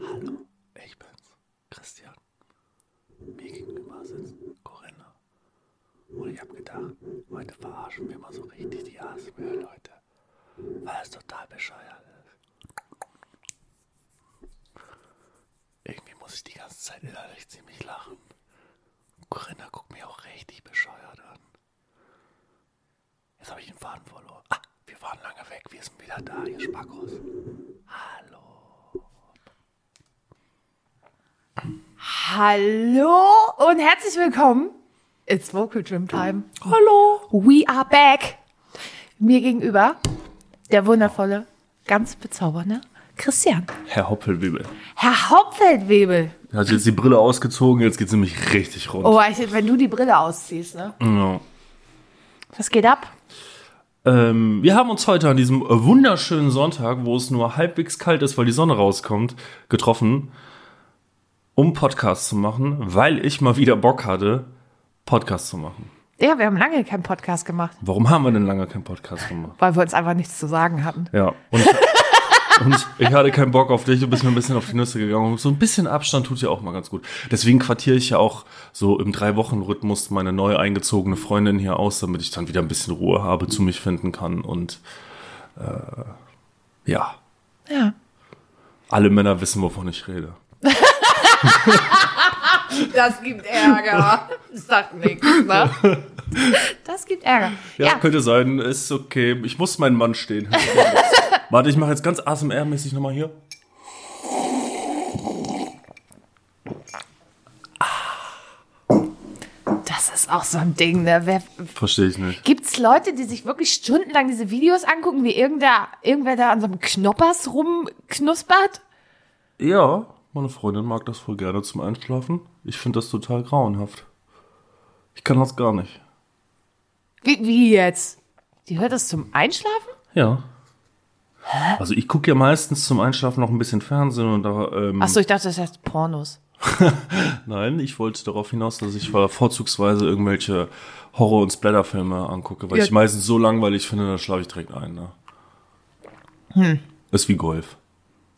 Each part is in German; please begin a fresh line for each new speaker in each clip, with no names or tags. Hallo, ich bin's, Christian. Mir gegenüber sitzt Corinna. Und ich hab gedacht, heute verarschen wir mal so richtig die ASMR-Leute. Weil es total bescheuert ist. Irgendwie muss ich die ganze Zeit innerlich ziemlich lachen. Corinna guckt mich auch richtig bescheuert an. Jetzt habe ich den Faden verloren. Ah, wir waren lange weg. Wir sind wieder da, ihr Spackos. Hallo.
Hallo und herzlich willkommen. It's Vocal Gym Time. Oh. Hallo. We are back. Mir gegenüber der wundervolle, ganz bezaubernde Christian.
Herr Hoppelwibel.
Herr Hauptfeldwebel.
Er hat jetzt die Brille ausgezogen, jetzt geht's nämlich richtig rund.
Oh, ich, wenn du die Brille ausziehst, ne?
Ja.
Was geht ab?
Ähm, wir haben uns heute an diesem wunderschönen Sonntag, wo es nur halbwegs kalt ist, weil die Sonne rauskommt, getroffen, um Podcast zu machen, weil ich mal wieder Bock hatte, Podcast zu machen.
Ja, wir haben lange keinen Podcast gemacht,
Warum haben wir denn lange keinen Podcast gemacht?
weil wir uns einfach nichts zu sagen hatten.
Ja. Und ich, und ich hatte keinen Bock auf dich, du bist mir ein bisschen auf die Nüsse gegangen. So ein bisschen Abstand tut ja auch mal ganz gut. Deswegen quartiere ich ja auch so im Drei-Wochen-Rhythmus meine neu eingezogene Freundin hier aus, damit ich dann wieder ein bisschen Ruhe habe, zu mich finden kann. Und äh, ja,
Ja.
alle Männer wissen, wovon ich rede.
Das gibt Ärger. Sagt nichts, ne? Das gibt Ärger.
Ja, könnte sein, ist okay. Ich muss meinen Mann stehen. Warte, ich mache jetzt ganz ASMR-mäßig nochmal hier.
Das ist auch so ein Ding, ne? Wer,
Verstehe ich nicht.
gibt's Leute, die sich wirklich stundenlang diese Videos angucken, wie irgendwer, irgendwer da an so einem Knoppers rumknuspert?
Ja, meine Freundin mag das voll gerne zum Einschlafen. Ich finde das total grauenhaft. Ich kann das gar nicht.
Wie, wie jetzt? Die hört das zum Einschlafen?
Ja. Also ich gucke ja meistens zum Einschlafen noch ein bisschen Fernsehen und da, ähm,
Achso, ich dachte, das heißt Pornos.
nein, ich wollte darauf hinaus, dass ich vorzugsweise irgendwelche Horror- und Splatterfilme angucke, weil
Ja.
ich meistens so langweilig finde, da schlafe ich direkt ein. Ne? Ist wie Golf.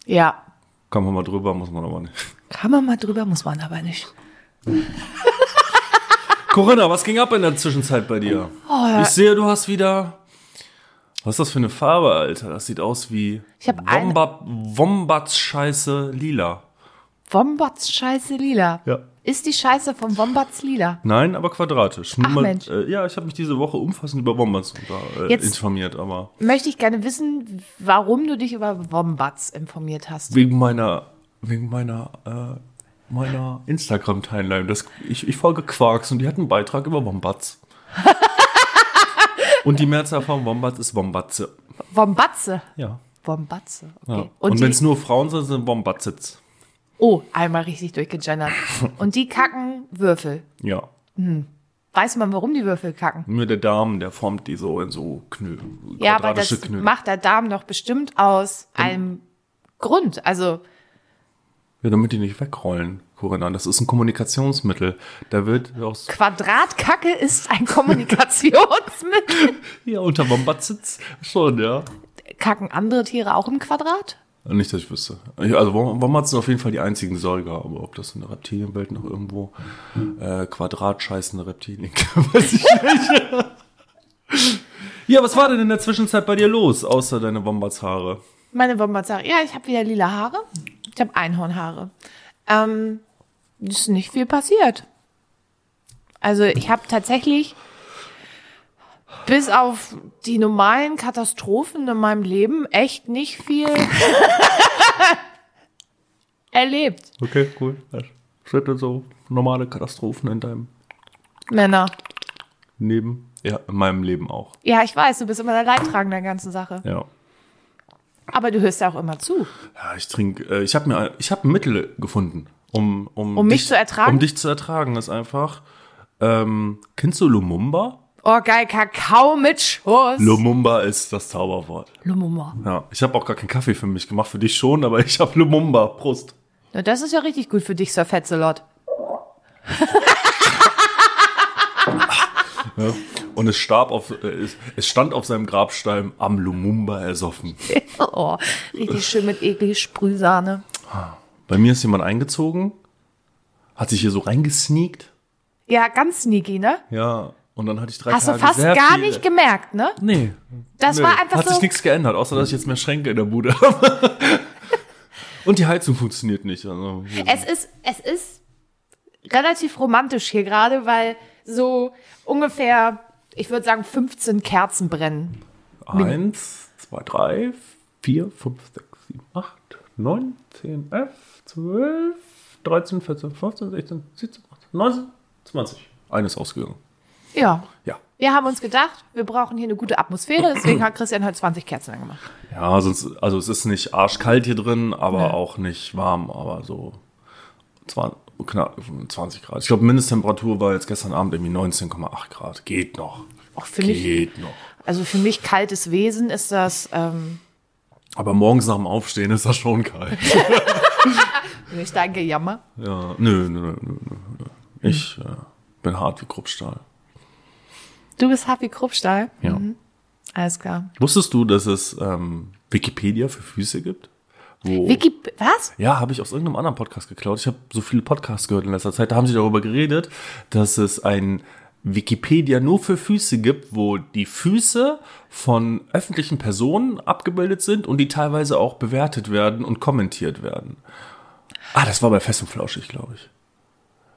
Ja.
Kann man mal drüber, muss man aber nicht.
Kann man mal drüber, muss man aber nicht.
Corinna, was ging ab in der Zwischenzeit bei dir?
Oh,
ich sehe, du hast wieder. Was ist das für eine Farbe, Alter? Das sieht aus wie
Ich hab eine-
Wombat, Wombats-Scheiße lila.
Wombats Scheiße lila.
Ja.
Ist die Scheiße vom Wombats lila?
Nein, aber quadratisch. Nur
Ach, Mensch.
Äh, ja, ich habe mich diese Woche umfassend über Wombats unter, äh,
Jetzt-
informiert, aber
Möchte ich gerne wissen, warum du dich über Wombats informiert hast.
wegen meiner, wegen meiner, äh, meiner Instagram-Timeline. Das- Ich, ich folge Quarks und die hatten einen Beitrag über Wombats. und die Mehrzahl von Wombats ist Wombatze.
Wombatze.
Ja.
Wombatze, okay.
Ja.
Und,
Und,
die,
wenn es nur Frauen sind, sind Bombatzits.
oh, einmal richtig durchgegendert. Und die kacken Würfel.
Ja.
Weiß man, warum die Würfel kacken?
Nur der Darm, der formt die so in so Knö
Ja, aber das
quadratische Knödel.
macht der Darm doch bestimmt aus einem Grund. Also,
Ja, damit die nicht wegrollen, Corinna. Das ist ein Kommunikationsmittel. Da wird aus,
Quadratkacke ist ein Kommunikationsmittel.
ja, unter Bombatzits schon, ja.
Kacken andere Tiere auch im Quadrat?
Nicht, dass ich wüsste. Ich- Also Wom- Wombats sind auf jeden Fall die einzigen Säuger, aber ob das in der Reptilienwelt noch irgendwo äh, quadratscheißende Reptilien gibt, weiß ich nicht. ja, was war denn in der Zwischenzeit bei dir los, außer deine Bombatshaare?
Meine Wombat sagt, ja, ich habe wieder lila Haare. Ich habe Einhornhaare. Ähm, ist nicht viel passiert. Also ich habe tatsächlich bis auf die normalen Katastrophen in meinem Leben echt nicht viel erlebt,
Okay, cool. Schritte so normale Katastrophen in deinem
Männer.
Leben. Ja, in meinem Leben auch.
Ja, ich weiß, du bist immer der Leidtragende der ganzen Sache.
Ja.
Aber du hörst ja auch immer zu.
Ja, ich trinke, äh, ich habe mir, ich habe ein Mittel gefunden, um, um,
Um mich zu ertragen?
Um dich zu ertragen, ist einfach, ähm, kennst du Lumumba?
Oh, geil, Kakao mit Schuss.
Lumumba ist das Zauberwort.
Lumumba.
Ja, ich habe auch gar keinen Kaffee für mich gemacht, für dich schon, aber ich habe Lumumba. Prost.
Na, das ist ja richtig gut für dich, Sir Fetzelot.
Und es starb auf, äh, es, es stand auf seinem Grabstein am Lumumba ersoffen.
Oh, richtig schön mit eklig Sprühsahne.
Bei mir ist jemand eingezogen, hat sich hier so reingesneakt.
Ja, ganz sneaky, ne?
Ja, und dann hatte ich drei
Hast
Tage
du fast
sehr
gar
viele-
nicht gemerkt, ne?
Nee.
Das
Nö.
war einfach
Hat
so.
sich nichts geändert, außer dass ich jetzt mehr Schränke in der Bude habe. Und die Heizung funktioniert nicht. Also,
Es ist, es ist relativ romantisch hier gerade, weil so ungefähr, ich würde sagen, 15 Kerzen brennen.
eins, zwei, drei, vier, fünf, sechs, sieben, acht, neun, zehn, elf, zwölf, dreizehn, vierzehn, fünfzehn, sechzehn, siebzehn, achtzehn, neunzehn, zwanzig. Eines ausgegangen.
Ja.
Ja.
Wir haben uns gedacht, wir brauchen hier eine gute Atmosphäre, deswegen hat Christian halt 20 Kerzen angemacht.
Ja, sonst, also es ist nicht arschkalt hier drin, aber auch nicht warm, aber so zwar- knapp 20 Grad. Ich glaube, Mindesttemperatur war jetzt gestern Abend irgendwie 19,8 Grad. Geht noch.
Auch für mich,
Geht noch.
also für mich kaltes Wesen ist das, ähm,
Aber morgens nach dem Aufstehen ist das schon kalt.
ich denke, Jammer.
ja, nö, nö, nö, nö, nö. Ich äh, bin hart wie Kruppstahl.
Du bist Happy Kruppstahl? Mhm.
Ja.
Alles klar.
Wusstest du, dass es ähm, Wikipedia für Füße gibt? Wo
Vicky, was?
Ja, habe ich aus irgendeinem anderen Podcast geklaut. Ich habe so viele Podcasts gehört in letzter Zeit. Da haben sie darüber geredet, dass es ein Wikipedia nur für Füße gibt, wo die Füße von öffentlichen Personen abgebildet sind und die teilweise auch bewertet werden und kommentiert werden. Ah, das war bei Fest und Flauschig, glaube ich.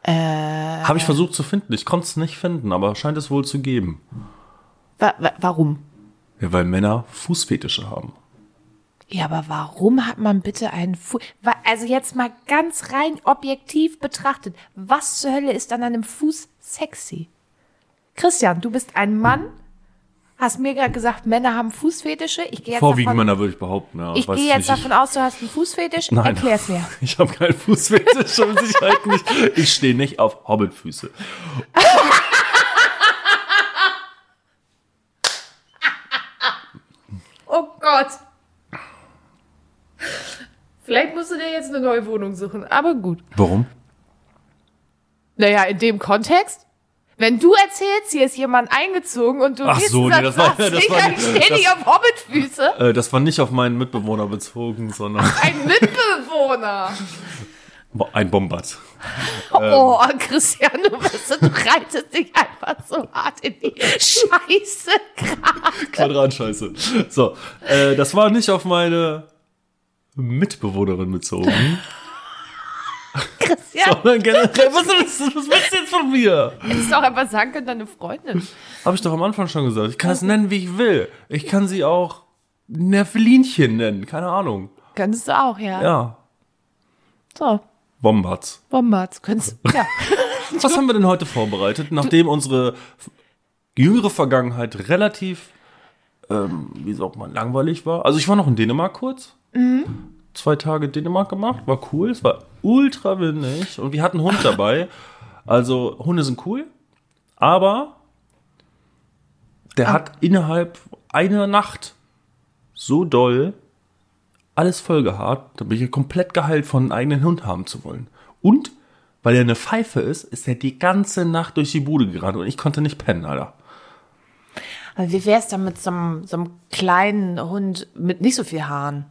Äh. Habe ich versucht zu finden. Ich konnte es nicht finden, aber scheint es wohl zu geben.
Wa wa warum?
Ja, weil Männer Fußfetische haben.
Ja, aber warum hat man bitte einen Fuß? Also jetzt mal ganz rein objektiv betrachtet, was zur Hölle ist an einem Fuß sexy? Christian, du bist ein Mann, hast mir gerade gesagt, Männer haben Fußfetische. Ich gehe jetzt,
Vorwiegend
davon,
Männer würde ich behaupten. Ja,
ich
weiß
gehe jetzt
nicht. Ich-
davon aus, du hast einen Fußfetisch.
Nein.
Erklär's mir.
Ich habe keinen Fußfetisch, mit Sicherheit nicht. Ich stehe nicht auf Hobbitfüße.
Oh Gott. Vielleicht musst du dir jetzt eine neue Wohnung suchen, aber gut.
Warum?
Naja, in dem Kontext. Wenn du erzählst, hier ist jemand eingezogen und du
Ach
liest
so,
dann
nee, das war-
sagst,
das
ich
war-
stehe
das-
nicht auf Hobbitfüße.
Äh, das war nicht auf meinen Mitbewohner bezogen, sondern
Ein Mitbewohner.
Bo- ein Bombard. Ähm.
Oh, Christian, du, bist, du reitest dich einfach so hart in die Scheiße.
Quadratscheiße. So, äh, das war nicht auf meine Mitbewohnerin bezogen,
Christian,
sondern generell. Was, was, was willst du jetzt von mir?
hättest du auch einfach sagen können, deine Freundin.
Habe ich doch am Anfang schon gesagt. Ich kann es nennen, wie ich will. Ich kann sie auch Nervelinchen nennen. Keine Ahnung.
Könntest du auch, ja.
Ja,
So,
Bombards.
Bombards, könntest ja.
Was haben wir denn heute vorbereitet, nachdem unsere f- jüngere Vergangenheit relativ, ähm, wie sagt man, langweilig war? Also ich war noch in Dänemark kurz. Zwei Tage Dänemark gemacht, war cool, es war ultra windig und wir hatten einen Hund dabei. Also Hunde sind cool, aber der hat innerhalb einer Nacht so doll alles vollgehaart, da bin ich ja komplett geheilt von einem eigenen Hund haben zu wollen. Und weil er eine Pfeife ist, ist er die ganze Nacht durch die Bude gerannt und ich konnte nicht pennen, Alter.
Aber wie wär's dann mit so einem, so einem kleinen Hund mit nicht so viel Haaren?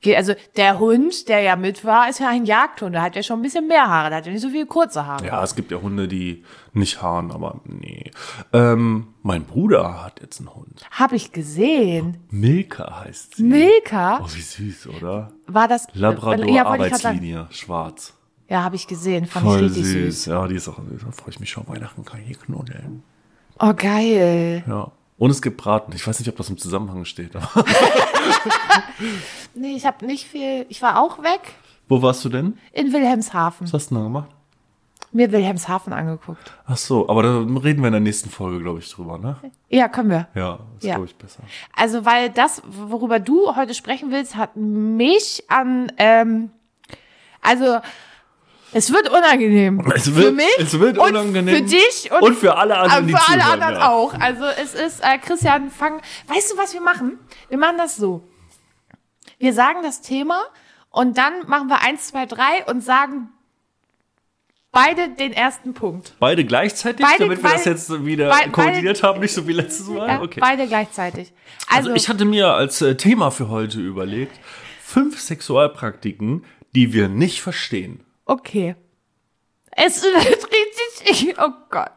Geht- Also der Hund, der ja mit war, ist ja ein Jagdhund. Der hat ja schon ein bisschen mehr Haare. Der hat ja nicht so viele kurze Haare.
Ja, es gibt ja Hunde, die nicht haaren, aber nee. Ähm, mein Bruder hat jetzt einen Hund.
Hab ich gesehen.
Milka heißt sie.
Milka
Oh, wie süß, oder?
war das... äh, ja, wollte ich grad sagen.
Labrador-Arbeitslinie, schwarz.
Ja, habe ich gesehen. Fand ich
Voll
richtig
süß.
süß.
Ja, die ist auch süß. Da freue ich mich schon. Weihnachten kann ich hier knuddeln.
Oh, geil.
Ja. Und es gibt Braten. Ich weiß nicht, ob das im Zusammenhang steht. aber-
Nee, ich habe nicht viel... Ich war auch weg
Wo warst du denn?
in Wilhelmshaven.
Was hast du denn da gemacht?
Mir Wilhelmshaven angeguckt.
Ach so, aber da reden wir in der nächsten Folge, glaube ich, drüber, ne?
Ja, können wir.
Ja, ist,
Ja.
glaube ich, besser.
Also, weil das, worüber du heute sprechen willst, hat mich an, ähm, also, es wird unangenehm.
Es wird-
für mich
es wird
und
unangenehm.
Für dich und, äh,
Und für alle anderen, die
Für alle
zuhören,
anderen
ja.
auch. Also, es ist, äh, Christian, fang, weißt du, was wir machen? Wir machen das so. Wir sagen das Thema und dann machen wir eins, zwei, drei und sagen, Beide den ersten Punkt.
Beide gleichzeitig,
Beide-
damit wir das
beide-
jetzt wieder
beide-
koordiniert haben, nicht so wie letztes Mal?
Ja,
okay.
Beide gleichzeitig. Also,
Also, ich hatte mir als äh, Thema für heute überlegt, fünf Sexualpraktiken, die wir nicht verstehen.
okay. Es richtig. Oh Gott.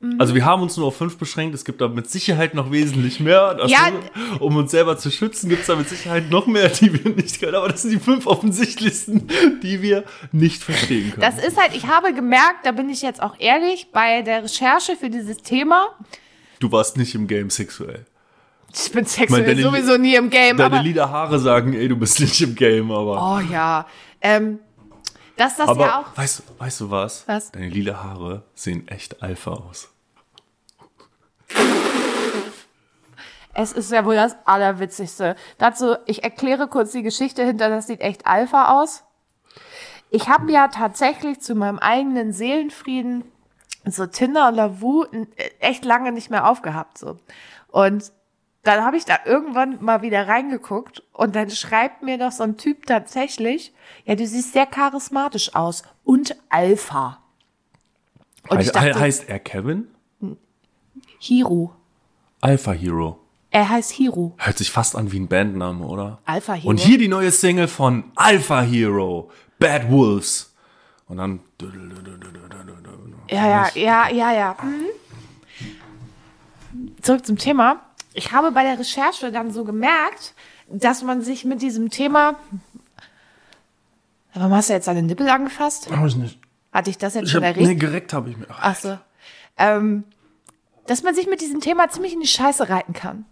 Mhm.
Also wir haben uns nur auf fünf beschränkt, es gibt da mit Sicherheit noch wesentlich mehr. Also,
Ja.
Um uns selber zu schützen, gibt es da mit Sicherheit noch mehr, die wir nicht können. Aber das sind die fünf offensichtlichsten, die wir nicht verstehen können.
Das ist halt, ich habe gemerkt, da bin ich jetzt auch ehrlich, bei der Recherche für dieses Thema,
du warst nicht im Game sexuell.
ich bin sexuell
Meine, deine-
sowieso nie im Game,
Deine
aber,
Liederhaare sagen, ey, du bist nicht im Game, aber...
oh ja, ähm, dass das
aber
Oh, ja auch,
weißt, du- weißt du was?
Was?
Deine lila Haare sehen echt Alpha aus.
es ist ja wohl das Allerwitzigste. Dazu, ich erkläre kurz die Geschichte hinter, das sieht echt Alpha aus. Ich habe ja tatsächlich zu meinem eigenen Seelenfrieden so Tinder und Lavu n- äh, echt lange nicht mehr aufgehabt so. Und dann habe ich da irgendwann mal wieder reingeguckt und dann schreibt mir doch so ein Typ tatsächlich, ja, du siehst sehr charismatisch aus und Alpha. Und ich
Heißt,
dachte,
heißt er Kevin?
Hiro.
Alpha Hero.
Er heißt Hiro.
Hört sich fast an wie ein Bandname, oder?
Alpha Hero.
Und hier die neue Single von Alpha Hero, Bad Wolves. Und dann.
Ja, ja, ja, ja, ja. Mhm. Zurück zum Thema. Ich habe bei der Recherche dann so gemerkt, dass man sich mit diesem Thema. Warum hast du jetzt deine Nippel angefasst?
Hab ich nicht.
Hatte ich das jetzt
Ich
schon
hab,
erregt?
nee, gereckt habe ich mir. Ach,
Ach so. Ähm, dass man sich mit diesem Thema ziemlich in die Scheiße reiten kann.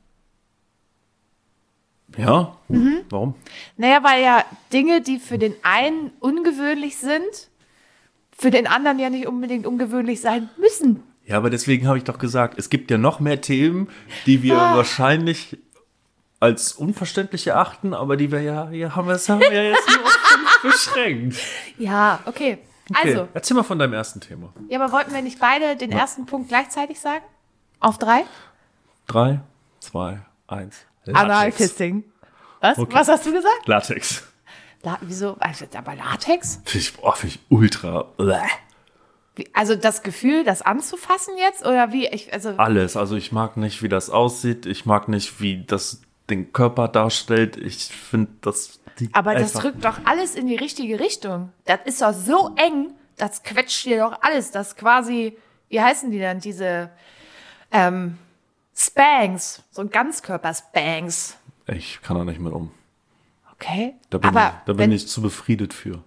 Ja?
Mhm.
Warum?
Naja, weil ja Dinge, die für den einen ungewöhnlich sind, für den anderen ja nicht unbedingt ungewöhnlich sein müssen.
Ja, aber deswegen habe ich doch gesagt, es gibt ja noch mehr Themen, die wir
Ah.
wahrscheinlich als unverständlich erachten, aber die wir ja, ja haben wir das haben wir ja jetzt nur auf fünf beschränkt.
Ja, okay.
Okay,
Also,
erzähl mal von deinem ersten Thema.
ja, aber wollten wir nicht beide den ersten Punkt gleichzeitig sagen? Auf drei?
Drei, zwei, eins. Latex.
Analfisting. Was? Was hast du gesagt?
Latex.
La wieso? Also, aber Latex?
Finde ich, oh, find ich ultra. bleh.
Wie, also das Gefühl, das anzufassen jetzt? Oder wie? Ich, also,
Alles. Also ich mag nicht, wie das aussieht. Ich mag nicht, wie das den Körper darstellt. Ich finde das. die-
aber das
einfach-
rückt doch alles in die richtige Richtung. Das ist doch so eng, das quetscht dir doch alles. Das quasi, wie heißen die denn? Diese ähm, Spangs. So ein Ganzkörper-Spangs.
Ich kann da nicht mit um.
Okay?
Da bin,
aber
ich, da bin
wenn-
ich zu befriedet für.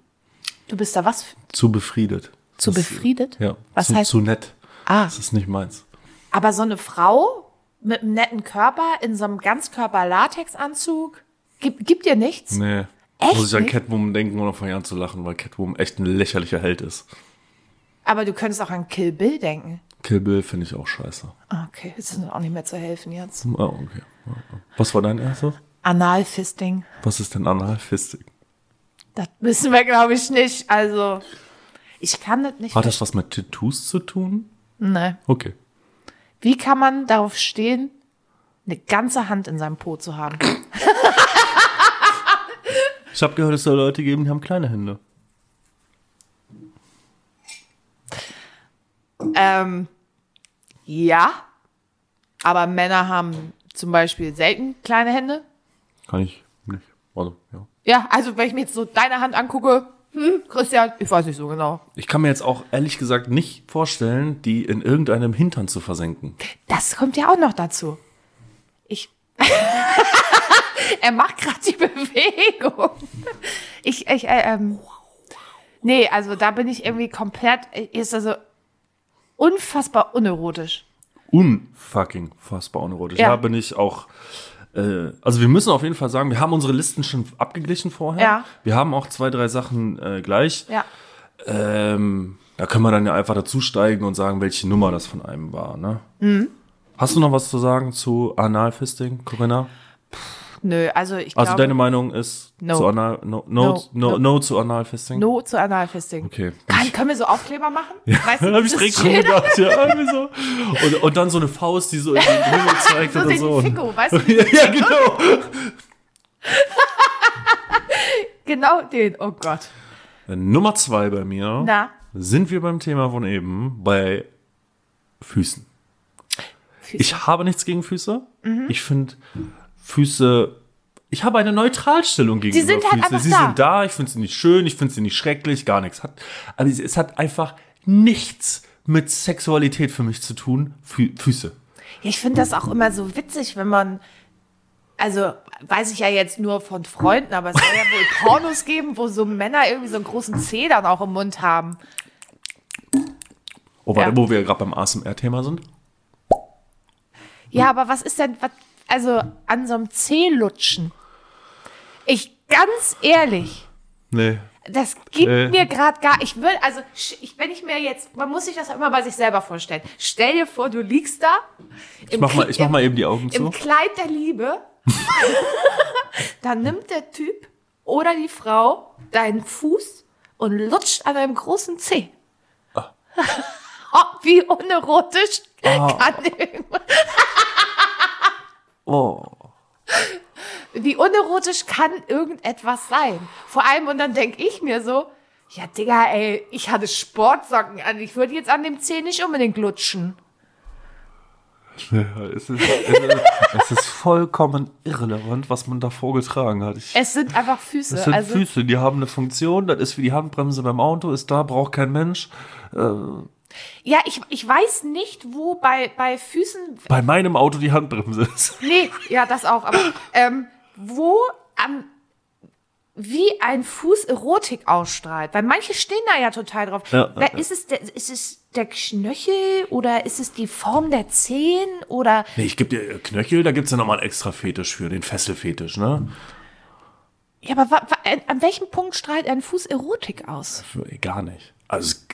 Du bist da was?
Zu befriedet.
Zu
Das-
befriedet?
Ja.
Was
zu,
heißt-
zu nett.
Ah.
Das ist nicht meins.
Aber so eine Frau mit einem netten Körper in so einem Ganzkörper-Latexanzug gibt, gibt dir nichts?
Nee.
Echt
Muss ich an
nicht?
Catwoman denken oder fange ich an zu lachen, weil Catwoman echt ein lächerlicher Held ist.
Aber du könntest auch an Kill Bill denken.
Kill Bill finde ich auch scheiße.
Ah, Okay, ist uns auch nicht mehr zu helfen jetzt.
Ah, okay. Ja, ja. Was war dein erster?
Analfisting.
Was ist denn Analfistik?
Das wissen wir, glaube ich, nicht. Also, ich kann das nicht.
Hat das was mit Tattoos zu tun?
Nee.
Okay.
Wie kann man darauf stehen, eine ganze Hand in seinem Po zu haben?
Ich habe gehört, es soll Leute geben, die haben kleine Hände.
ähm, ja. Aber Männer haben zum Beispiel selten kleine Hände.
Kann ich nicht. Also, ja.
Ja, also wenn ich mir jetzt so deine Hand angucke, hm, Christian, ich weiß nicht so genau.
Ich kann mir jetzt auch ehrlich gesagt nicht vorstellen, die in irgendeinem Hintern zu versenken.
Das kommt ja auch noch dazu. Ich. er macht gerade die Bewegung. Ich, ich, äh, ähm. Nee, also da bin ich irgendwie komplett, ist also unfassbar unerotisch.
Unfucking fassbar unerotisch.
Ja.
Ja. Da bin ich auch. Äh, also wir müssen auf jeden Fall sagen, wir haben unsere Listen schon abgeglichen vorher.
Ja.
Wir haben auch zwei, drei Sachen äh, gleich.
Ja.
Ähm, da können wir dann ja einfach dazusteigen und sagen, welche Nummer das von einem war, ne?
Mhm.
Hast du noch was zu sagen zu Analfisting, Corinna?
Nö, also ich
Also
glaube,
deine Meinung ist
No.
zu Anal no, no,
No.
no, no,
No.
zu Analfisting?
No zu Analfisting.
Okay.
Kann, können wir so Aufkleber machen? Weißt
Dann hab ich
das
direkt
Schild-
rumgedacht, ja, irgendwie so. Und, und dann so eine Faust, die so in den Himmel zeigt
so
oder
den
so.
Ficko, weißt du?
ja, ja, genau.
Genau den, oh Gott.
Nummer zwei bei mir
Na?
sind wir beim Thema von eben, bei Füßen. Ich habe nichts gegen Füße.
Mhm.
Ich finde Füße. Ich habe eine Neutralstellung gegenüber
sind halt
Füße.
einfach
sie
da.
sind da, ich finde sie nicht schön, ich finde sie nicht schrecklich, gar nichts. Hat, aber es- es hat einfach nichts mit Sexualität für mich zu tun. Fü Füße.
Ja, Ich finde das auch immer so witzig, wenn man, also weiß ich ja jetzt nur von Freunden, aber es soll ja wohl Pornos geben, wo so Männer irgendwie so einen großen Zeh dann auch im Mund haben.
Oh, warte,
Ja.
wo wir gerade beim ASMR-Thema sind.
Ja, aber was ist denn, was, also an so einem Zeh lutschen? Ich, ganz ehrlich,
Nee.
das gibt
Äh.
mir gerade gar, ich will, also sch- ich, wenn ich mir jetzt, man muss sich das immer bei sich selber vorstellen. Stell dir vor, du liegst da.
Ich mach, mal, ich mach mal eben die Augen
im
zu.
Kleid der Liebe, dann nimmt der Typ oder die Frau deinen Fuß und lutscht an einem großen Zeh.
Ah.
oh, wie unerotisch kann irgendwas,
Oh.
wie unerotisch kann irgendetwas sein? Vor allem, und dann denk ich mir so, ja, Digga, ey, ich hatte Sportsocken an. Ich würde jetzt an dem Zeh nicht unbedingt lutschen.
Ja, Es ist, es, ist, es ist vollkommen irrelevant, was man da vorgetragen hat. Ich,
Es sind einfach Füße.
das sind
also,
Füße, die haben eine Funktion, das ist wie die Handbremse beim Auto, ist da, braucht kein Mensch.
Ja, ich, ich weiß nicht, wo bei, bei Füßen
Bei meinem Auto die Handbremse ist.
Nee, ja, das auch. Aber ähm, wo am wie ein Fuß Erotik ausstrahlt. Weil manche stehen da ja total drauf.
Ja,
Wer- ist, es der, ist es der Knöchel oder ist es die Form der Zehen oder
Nee, ich geb dir äh, Knöchel, da gibt's ja nochmal einen extra Fetisch für, den Fesselfetisch, ne?
ja, aber wa, wa, an, an welchem Punkt strahlt ein Fuß Erotik aus?
Für, gar nicht. Also es-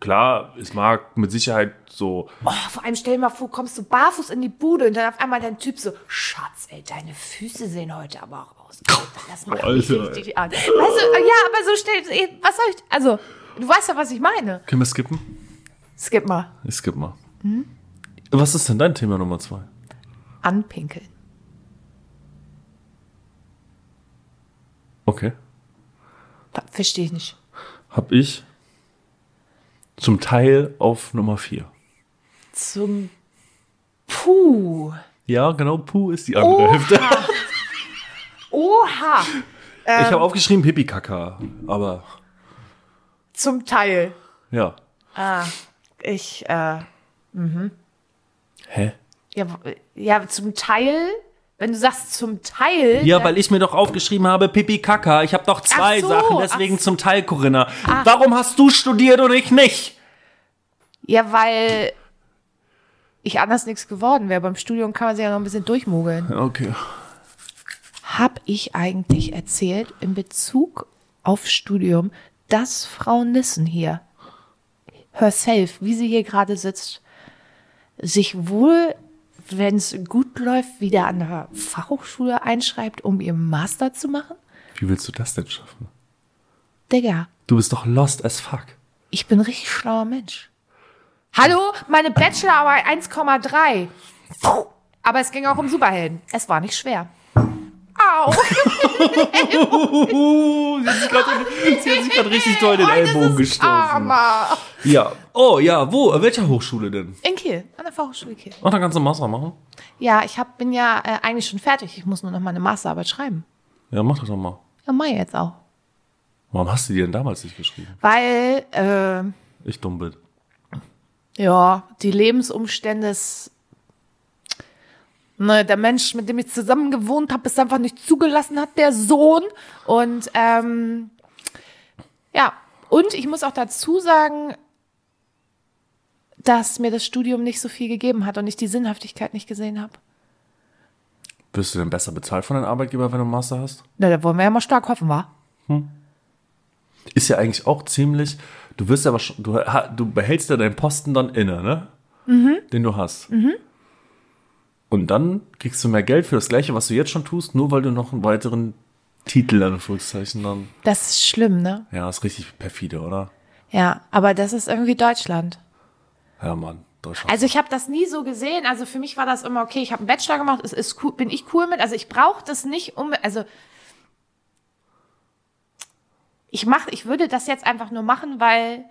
klar, es mag mit Sicherheit so
Oh, vor allem stell dir mal vor, kommst du barfuß in die Bude und dann auf einmal dein Typ so, Schatz, ey, deine Füße sehen heute aber auch aus. Das macht mich
Oh, Alter, ey.
richtig an. Weißt du, ja, aber so stell, was soll ich, also, du weißt ja, was ich meine.
Können wir skippen?
Skip mal.
Ich skipp mal. Was ist denn dein Thema Nummer zwei?
anpinkeln.
Okay.
Ver- Verstehe ich nicht.
Hab ich zum Teil auf Nummer vier.
Zum Puh.
Ja, genau, Puh ist die andere
Oh,
Hälfte.
Oha.
Ich
ähm.
habe aufgeschrieben Pipi-Kaka, aber
Zum Teil.
ja.
Ich, äh,
Hä?
ja, w- ja, zum Teil, wenn du sagst zum Teil,
Ja, weil ich mir doch aufgeschrieben habe, Pipi-Kaka. Ich habe doch zwei
Ach so, Ah.
Sachen, deswegen
ach
zum Teil, Corinna. Warum hast du studiert und ich nicht?
ja, weil ich anders nichts geworden wäre. Beim Studium kann man sich ja noch ein bisschen durchmogeln.
Okay.
Hab ich eigentlich erzählt in Bezug auf Studium, dass Frau Nissen hier, herself, wie sie hier gerade sitzt, sich wohl, wenn es gut läuft, wieder an der Fachhochschule einschreibt, um ihren Master zu machen?
Wie willst du das denn schaffen?
Digga,
Du bist doch lost as fuck.
ich bin richtig schlauer Mensch. Hallo, meine Bachelorarbeit 1,3. Aber es ging auch um Superhelden. Es war nicht schwer. Au!
Uh, sie hat sich gerade richtig toll den Ellbogen gestoßen.
Oh, Armer.
Ja. Oh ja, wo? An welcher Hochschule denn?
In Kiel, an der Fachhochschule Kiel.
Und dann kannst du Master machen?
Ja, ich hab, bin ja äh, eigentlich schon fertig. Ich muss nur noch meine Masterarbeit schreiben.
Ja, mach das doch mal.
Ja, mach ich jetzt auch.
Warum hast du die denn damals nicht geschrieben?
Weil, äh,
Ich dumm bin.
ja, die Lebensumstände ist. Ne, der Mensch, mit dem ich zusammen gewohnt habe, es einfach nicht zugelassen hat, der Sohn. Und ähm, ja, und ich muss auch dazu sagen, dass mir das Studium nicht so viel gegeben hat und ich die Sinnhaftigkeit nicht gesehen habe.
Wirst du denn besser bezahlt von deinem Arbeitgeber, wenn du einen Master hast?
Na, da wollen wir ja mal stark hoffen, wa?
ist ja eigentlich auch ziemlich. Du wirst aber schon, du, ha- du behältst ja deinen Posten dann inne, ne?
Mhm.
Den du hast. Und dann kriegst du mehr Geld für das Gleiche, was du jetzt schon tust, nur weil du noch einen weiteren Titel in Anführungszeichen dann.
Das ist schlimm, ne?
Ja, ist richtig perfide, oder?
Ja, aber das ist irgendwie Deutschland.
Ja, Mann. Deutschland.
Also ich habe das nie so gesehen. Also für mich war das immer okay. Ich habe einen Bachelor gemacht. Es ist cool, bin ich cool mit. Also ich brauche das nicht um. Also ich mach, ich würde das jetzt einfach nur machen, weil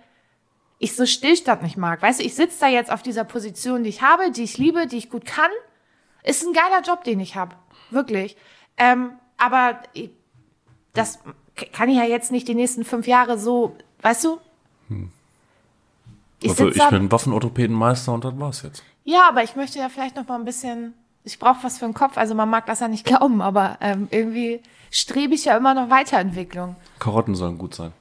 ich so Stillstand nicht mag. Weißt du, ich sitze da jetzt auf dieser Position, die ich habe, die ich liebe, die ich gut kann. Ist ein geiler Job, den ich habe. Wirklich. Ähm, aber ich, das k- kann ich ja jetzt nicht die nächsten fünf Jahre so, weißt du? Ich
also
sitze
ich
da,
bin Waffenorthopädenmeister und das war's jetzt.
ja, aber ich möchte ja vielleicht noch mal ein bisschen, ich brauche was für den Kopf, also man mag das ja nicht glauben, aber ähm, irgendwie strebe ich ja immer noch Weiterentwicklung.
Karotten sollen gut sein.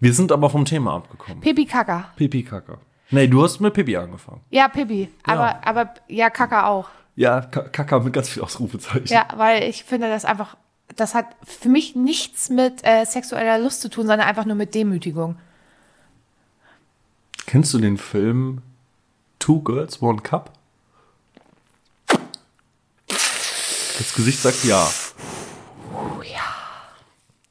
Wir sind aber vom Thema abgekommen.
Pipi Kaka.
Pipi Kaka. Nee, du hast mit Pipi angefangen.
Ja, Pipi. Aber, aber ja, Kaka auch.
Ja, Ka- Kaka mit ganz viel Ausrufezeichen.
Ja, weil ich finde das einfach, das hat für mich nichts mit äh, sexueller Lust zu tun, sondern einfach nur mit Demütigung.
Kennst du den Film Two Girls, One Cup? Das Gesicht sagt ja.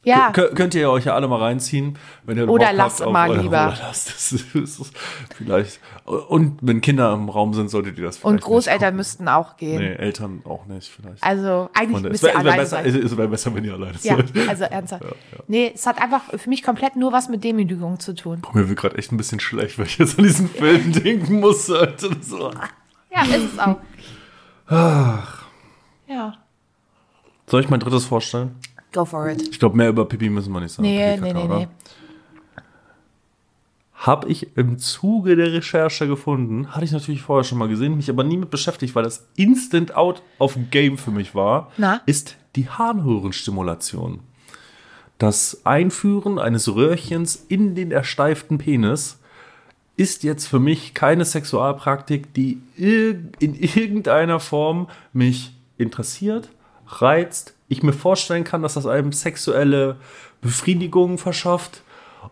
Ja,
Kö- Könnt ihr euch ja alle mal reinziehen, wenn ihr
Oder
Bock
lasst
habt auf
mal
eure-
lieber.
Oder lasst es. Es ist vielleicht. Und wenn Kinder im Raum sind, solltet ihr das vielleicht.
und Großeltern
nicht
müssten auch
gucken.
gehen.
Nee, Eltern auch nicht, vielleicht.
Also eigentlich
Und es
müsst ihr
wäre wär
alleine
besser,
sein.
es wär besser, wenn ihr alleine
Ja,
seid.
also ernsthaft. Nee, es hat einfach für mich komplett nur was mit Demütigung zu tun.
Mir wird gerade echt ein bisschen schlecht, weil ich jetzt an diesen Film denken muss. Alter. Das ist so-
Ah. Ja, ist es auch. Ja.
Soll ich mein drittes vorstellen?
Go for it.
Ich glaube, mehr über Pipi müssen wir nicht sagen.
Nee,
Pipi
nee,
Kaka,
nee,
oder?
nee.
Habe ich im Zuge der Recherche gefunden, hatte ich natürlich vorher schon mal gesehen, mich aber nie mit beschäftigt, weil das Instant Out auf dem Game für mich war,
Na?
ist die Harnröhrenstimulation. Das Einführen eines Röhrchens in den ersteiften Penis ist jetzt für mich keine Sexualpraktik, die irg- in irgendeiner Form mich interessiert, reizt, ich mir vorstellen kann, dass das einem sexuelle Befriedigung verschafft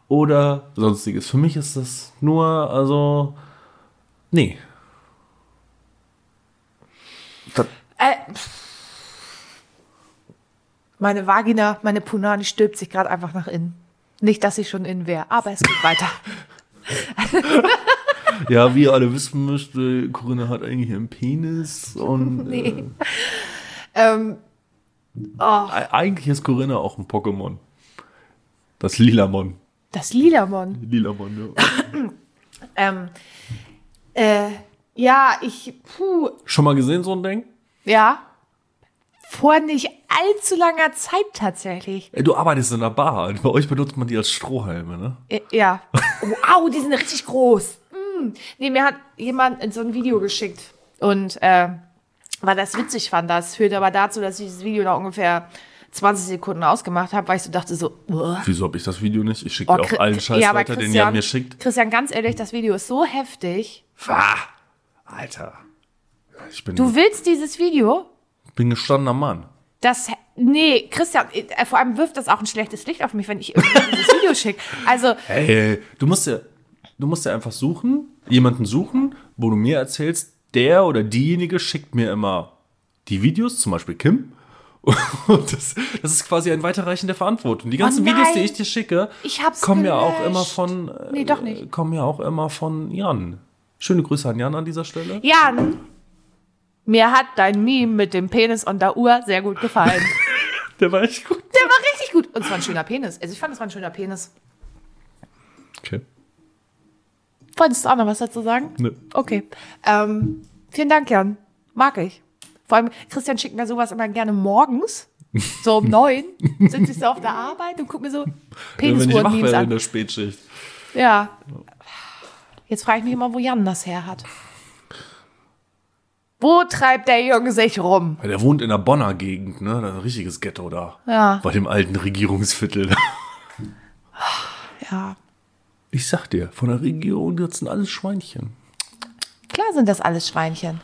oder sonstiges. Für mich ist das nur, also, nee. Das,
Äh, pff. meine Vagina, meine Punani stülpt sich gerade einfach nach innen. Nicht, dass ich schon innen wäre, aber es geht weiter.
ja, wie ihr alle wissen müsst, äh, Corinna hat eigentlich einen Penis und äh,
Ähm, oh,
e- eigentlich ist Corinna auch ein Pokémon. Das Lilamon.
das Lilamon.
Lilamon, ja.
Ähm, äh, ja, ich, puh,
Schon mal gesehen, so ein Ding?
ja. Vor nicht allzu langer Zeit tatsächlich.
Ey, du arbeitest in einer Bar. Bei euch benutzt man die als Strohhalme, ne?
Äh, Ja. Oh, au, die sind richtig groß. Mm. Nee, mir hat jemand so ein Video geschickt. Und äh, weil das witzig fand, das führte aber dazu, dass ich das Video nach ungefähr 20 Sekunden ausgemacht habe, weil ich so dachte so, uah.
Wieso habe ich das Video nicht? Ich schicke dir auch
Chri-
allen Scheiß
Oh, Ja, aber
weiter, den Jan mir schickt.
Christian, ganz ehrlich, das Video ist so heftig.
Ah, Alter. Ich bin,
Du willst dieses Video?
bin gestandener Mann.
Das, nee, Christian, äh, vor allem wirft das auch ein schlechtes Licht auf mich, wenn ich irgendjemandem dieses Video schicke. Also,
Ey, du musst ja, du musst ja einfach suchen, jemanden suchen, wo du mir erzählst, der oder diejenige schickt mir immer die Videos, zum Beispiel Kim. Und das, das ist quasi ein Weiterreichen der Verantwortung. Die ganzen
Oh nein.
Videos, die ich dir schicke,
Ich hab's
kommen ja auch
gelöscht.
immer von, äh,
Nee, doch nicht.
kommen ja auch immer von Jan. Schöne Grüße an Jan an dieser Stelle.
Jan, mir hat dein Meme mit dem Penis und der Uhr sehr gut gefallen.
Der war echt gut.
Der war richtig gut. Und es war ein schöner Penis. Also, ich fand, es war ein schöner Penis.
Okay.
Wolltest du auch noch was dazu sagen?
Nö.
Okay. Ähm, vielen Dank, Jan. Mag ich. Vor allem, Christian schickt mir sowas immer gerne morgens. So um neun sitze ich so auf der Arbeit und guck mir so
Wenn ich wach
Penisuhren-Memes
werde in
an.
der Spätschicht.
Ja. Jetzt frage ich mich immer, wo Jan das her hat. Wo treibt der Junge sich rum?
Weil der wohnt in der Bonner Gegend, ne? Da ist ein richtiges Ghetto da.
Ja.
Bei dem alten Regierungsviertel.
Ja.
Ich sag dir, von der Regierung, das sind alles Schweinchen.
Klar sind das alles Schweinchen.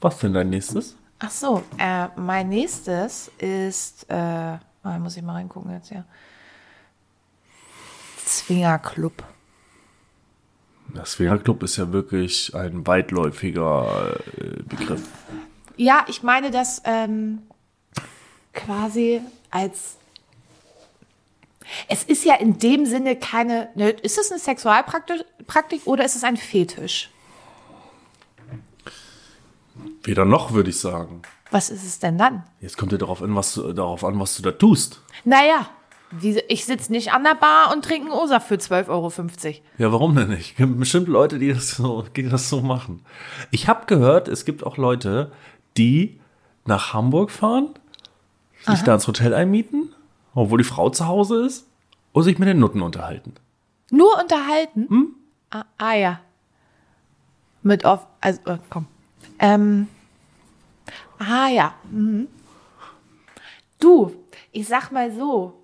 Was denn dein nächstes?
Ach so, äh, mein nächstes ist, äh, oh, da muss ich mal reingucken jetzt, ja. Zwingerclub.
Das Swingerclub ist ja wirklich ein weitläufiger äh, Begriff.
Ja, ich meine das ähm, quasi als. Es ist ja in dem Sinne keine. Ne, ist es eine Sexualpraktik Praktik oder ist es ein Fetisch?
Weder noch, würde ich sagen.
Was ist es denn dann?
Jetzt kommt dir darauf an, was du, darauf an, was du da tust.
Naja, Wie, ich sitze nicht an der Bar und trinke einen OSA für 12,50 Euro.
Ja, warum denn nicht? Es gibt bestimmt Leute, die das so, die das so machen. Ich habe gehört, es gibt auch Leute, die nach Hamburg fahren, sich da ins Hotel einmieten, obwohl die Frau zu Hause ist, und sich mit den Nutten unterhalten.
Nur unterhalten?
Hm?
Ah, ah ja. Mit off. Also, äh, komm. Ähm. Ah ja. Mhm. Du, ich sag mal so.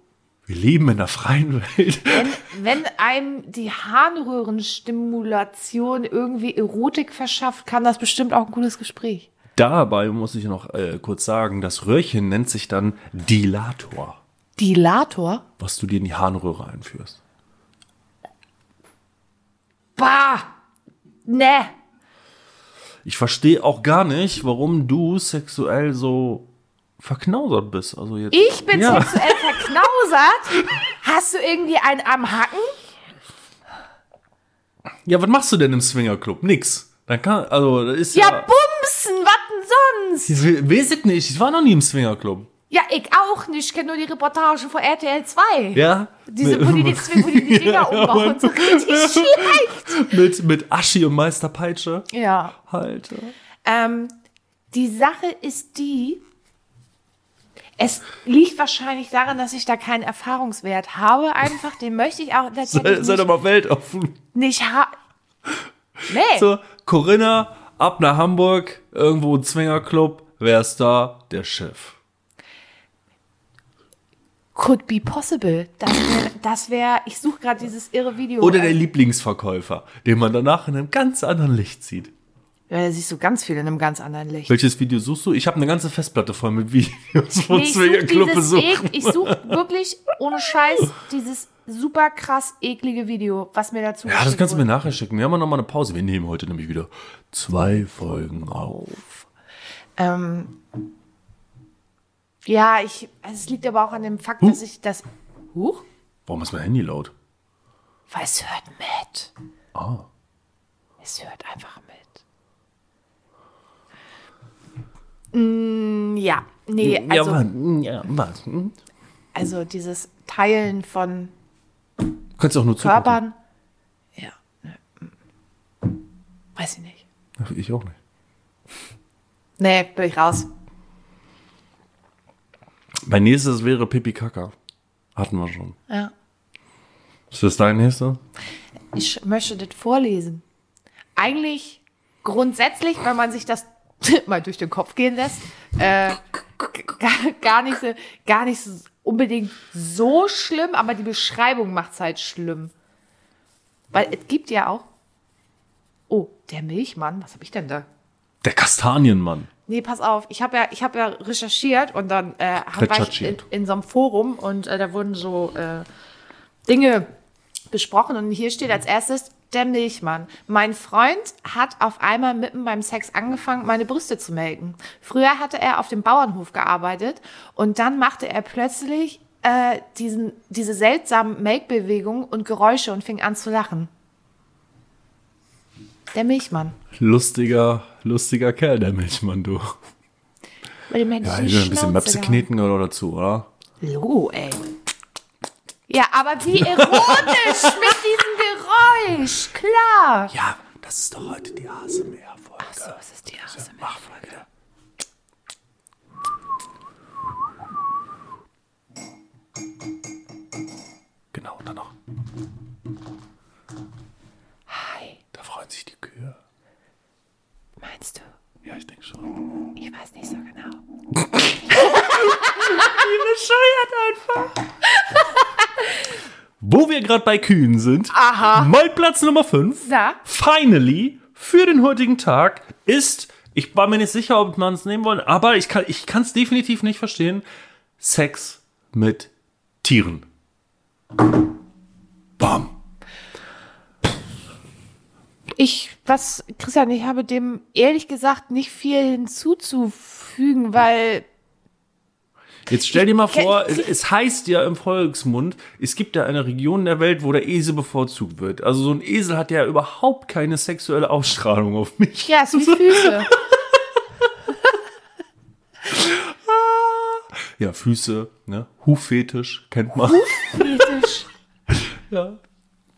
Wir leben in der freien Welt.
Wenn einem die Harnröhrenstimulation irgendwie Erotik verschafft, kann das bestimmt auch ein gutes Gespräch.
Dabei muss ich noch äh, kurz sagen, das Röhrchen nennt sich dann Dilator,
Dilator?
was du dir in die Harnröhre einführst.
Bah! Ne!
Ich verstehe auch gar nicht, warum du sexuell so verknausert bist. Also jetzt,
Ich bin
ja.
sexuell verknausert? Hast du irgendwie einen am Hacken?
Ja, was machst du denn im Swingerclub? Nix. Dann kann, also, das ist
Ja,
ja.
bumsen, was denn sonst?
ich weiß es nicht. Ich war noch nie im Swingerclub.
Ja, ich auch nicht. Ich kenne nur die Reportage von RTL 2.
Ja.
Diese,
mit,
wo die, die, wo die, die Dinger umbauen, so richtig schlecht.
mit, mit Aschi und Meister Peitsche.
Ja.
Alter.
Ähm, die Sache ist die, es liegt wahrscheinlich daran, dass ich da keinen Erfahrungswert habe. Einfach, den möchte ich auch
Sei,
tatsächlich
sei Äh, doch
nicht,
mal weltoffen.
nicht haben. Nee,
So, Corinna, ab nach Hamburg, irgendwo ein Swingerclub. Wer ist da? Der Chef.
could be possible. Das wäre, das wär, ich suche gerade dieses irre Video.
Oder der
Äh,
Lieblingsverkäufer, den man danach in einem ganz anderen Licht sieht.
ja, da siehst du ganz viel in einem ganz anderen Licht.
Welches Video suchst du? Ich habe eine ganze Festplatte voll mit Videos von
Nee, ich suche dieses
Swingerclub-Besuch.
Ek- Ich suche wirklich ohne Scheiß dieses super krass eklige Video, was mir dazu
Ja, das
geschickt
kannst du mir
wurde.
nachher schicken. Wir haben ja noch mal eine Pause. Wir nehmen heute nämlich wieder zwei Folgen auf.
Ähm, ja, ich, also es liegt aber auch an dem Fakt, dass ich das. Huch?
Warum ist mein Handy laut?
Weil es hört mit.
Ah.
Es hört einfach mit. Mm, ja, nee,
ja,
also,
Mann. Ja, Mann. Hm?
also dieses Teilen von
Du kannst auch nur zugucken.
Körpern. Ja, ne, mm. weiß ich nicht.
Ich auch nicht.
Nee, bin ich raus.
Mein nächstes wäre Pipi Kaka. Hatten wir schon.
Ja.
Ist das dein nächster?
Ich möchte das vorlesen. Eigentlich grundsätzlich, wenn man sich das mal durch den Kopf gehen lässt, äh, gar, gar, nicht so, gar nicht so unbedingt so schlimm, aber die Beschreibung macht's halt schlimm. Weil es gibt ja auch. Oh, der Milchmann, was habe ich denn da?
Der Kastanienmann.
Nee, pass auf, ich habe ja, ich hab ja recherchiert und dann äh, hab, war ich in,
Recherchiert.
in so einem Forum und äh, da wurden so äh, Dinge besprochen und hier steht als erstes der Milchmann. Mein Freund hat auf einmal mitten beim Sex angefangen, meine Brüste zu melken. Früher hatte er auf dem Bauernhof gearbeitet und dann machte er plötzlich äh, diesen, diese seltsamen Melkbewegungen und Geräusche und fing an zu lachen. Der Milchmann.
Lustiger, lustiger Kerl, der Milchmann, du.
Bei dem hätte
Ja,
ich
ein
die Schnauze
bisschen Möpse
gehauen.
kneten gehört auch dazu, oder?
Logo, ey. Ja, aber wie erotisch mit diesem Geräusch, klar.
Ja, das ist doch heute die ASMR-Folge.
So, es ist die ASMR.
Mach mal wieder. Genau, und dann noch.
Hi,
Da freuen sich die Kühe.
meinst du?
Ja, ich denke schon.
Ich weiß nicht so genau.
Wo wir gerade bei Kühen sind, Aha. mein Platz Nummer 5,
Na?
finally, für den heutigen Tag ist, ich war mir nicht sicher, ob man es nehmen wollen, aber ich kann es definitiv nicht verstehen, Sex mit Tieren. Bam.
Ich, was, Christian, ich habe dem ehrlich gesagt nicht viel hinzuzufügen, weil
Jetzt stell dir mal
kenn-
vor, es, es heißt ja im Volksmund, es gibt ja eine Region der Welt, wo der Esel bevorzugt wird. Also so ein Esel hat ja überhaupt keine sexuelle Ausstrahlung auf mich.
ja, es ist wie Füße.
Ja, Füße, ne? Huffetisch kennt man.
Fetisch.
Ja.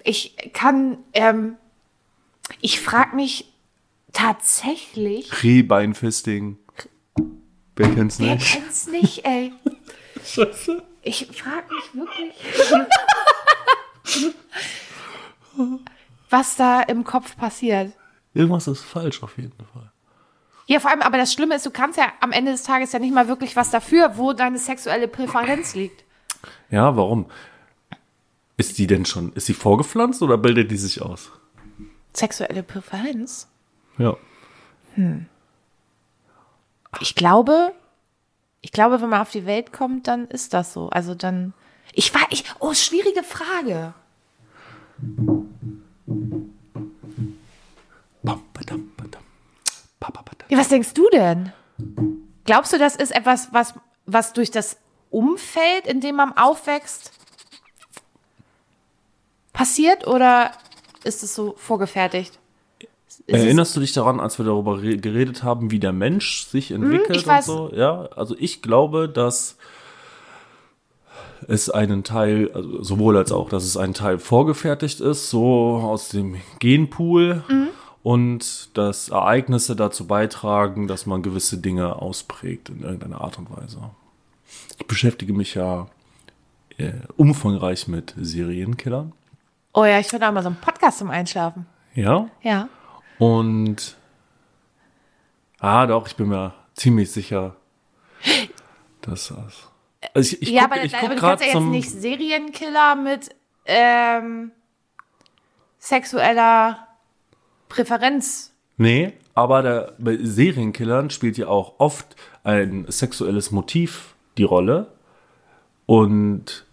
Ich kann, ähm, ich frage mich tatsächlich,
Rehbeinfesting. Wer kennt's
wer
nicht?
kennt's nicht, ey?
Scheiße.
Ich frage mich wirklich, was da im Kopf passiert.
Irgendwas ist falsch auf jeden Fall.
Ja, vor allem, aber das Schlimme ist, du kannst ja am Ende des Tages ja nicht mal wirklich was dafür, wo deine sexuelle Präferenz liegt.
Ja, warum? Ist die denn schon, ist sie vorgepflanzt oder bildet die sich aus?
Sexuelle Präferenz?
Ja.
Ich glaube, ich glaube, wenn man auf die Welt kommt, dann ist das so. Also dann, ich war, ich, oh, schwierige Frage.
Bam, badam, badam. Ba, ba, badam.
Ja, was denkst du denn? Glaubst du, das ist etwas, was, was durch das Umfeld, in dem man aufwächst, passiert oder ist es so vorgefertigt? Ist es-
Erinnerst du dich daran, als wir darüber re- geredet haben, wie der Mensch sich entwickelt
Hm, ich weiß.
und so? Ja, also ich glaube, dass es einen Teil, also sowohl als auch, dass es ein Teil vorgefertigt ist, so aus dem Genpool
Mhm.
und dass Ereignisse dazu beitragen, dass man gewisse Dinge ausprägt in irgendeiner Art und Weise. Ich beschäftige mich ja äh, umfangreich mit Serienkillern.
oh ja, ich würde auch mal so einen Podcast zum Einschlafen.
Ja,
Ja.
Und ah, doch, ich bin mir ziemlich sicher, dass das. Also ich, ich
ja,
guck,
aber,
ich
aber
guck
du kannst
gerade
ja jetzt
zum.
nicht Serienkiller mit ähm, sexueller Präferenz.
Nee, aber der, bei Serienkillern spielt ja auch oft ein sexuelles Motiv die Rolle. Und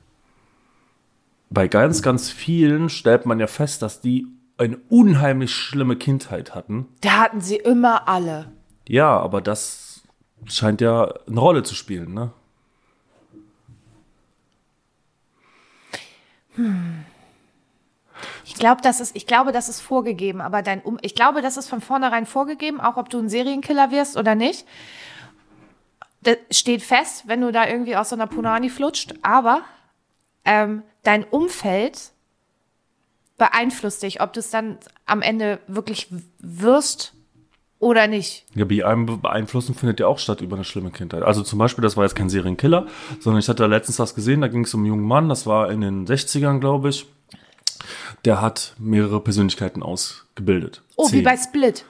bei ganz, ganz vielen stellt man ja fest, dass die eine unheimlich schlimme Kindheit hatten.
Da hatten sie immer alle.
Ja, aber das scheint ja eine Rolle zu spielen, ne?
Ich glaube, das ist, ich glaube, das ist vorgegeben, aber dein um ich glaube, das ist von vornherein vorgegeben, auch ob du ein Serienkiller wirst oder nicht. Das steht fest, wenn du da irgendwie aus so einer Punani flutscht, aber ähm, dein Umfeld beeinflusst dich, ob du es dann am Ende wirklich w- wirst oder nicht.
Ja, bei einem Be- Beeinflussen findet ja auch statt über eine schlimme Kindheit. Also zum Beispiel, das war jetzt kein Serienkiller, sondern ich hatte da letztens was gesehen, da ging es um einen jungen Mann, das war in den 60ern, glaube ich. Der hat mehrere Persönlichkeiten ausgebildet.
Oh, wie
Zehn.
bei Split.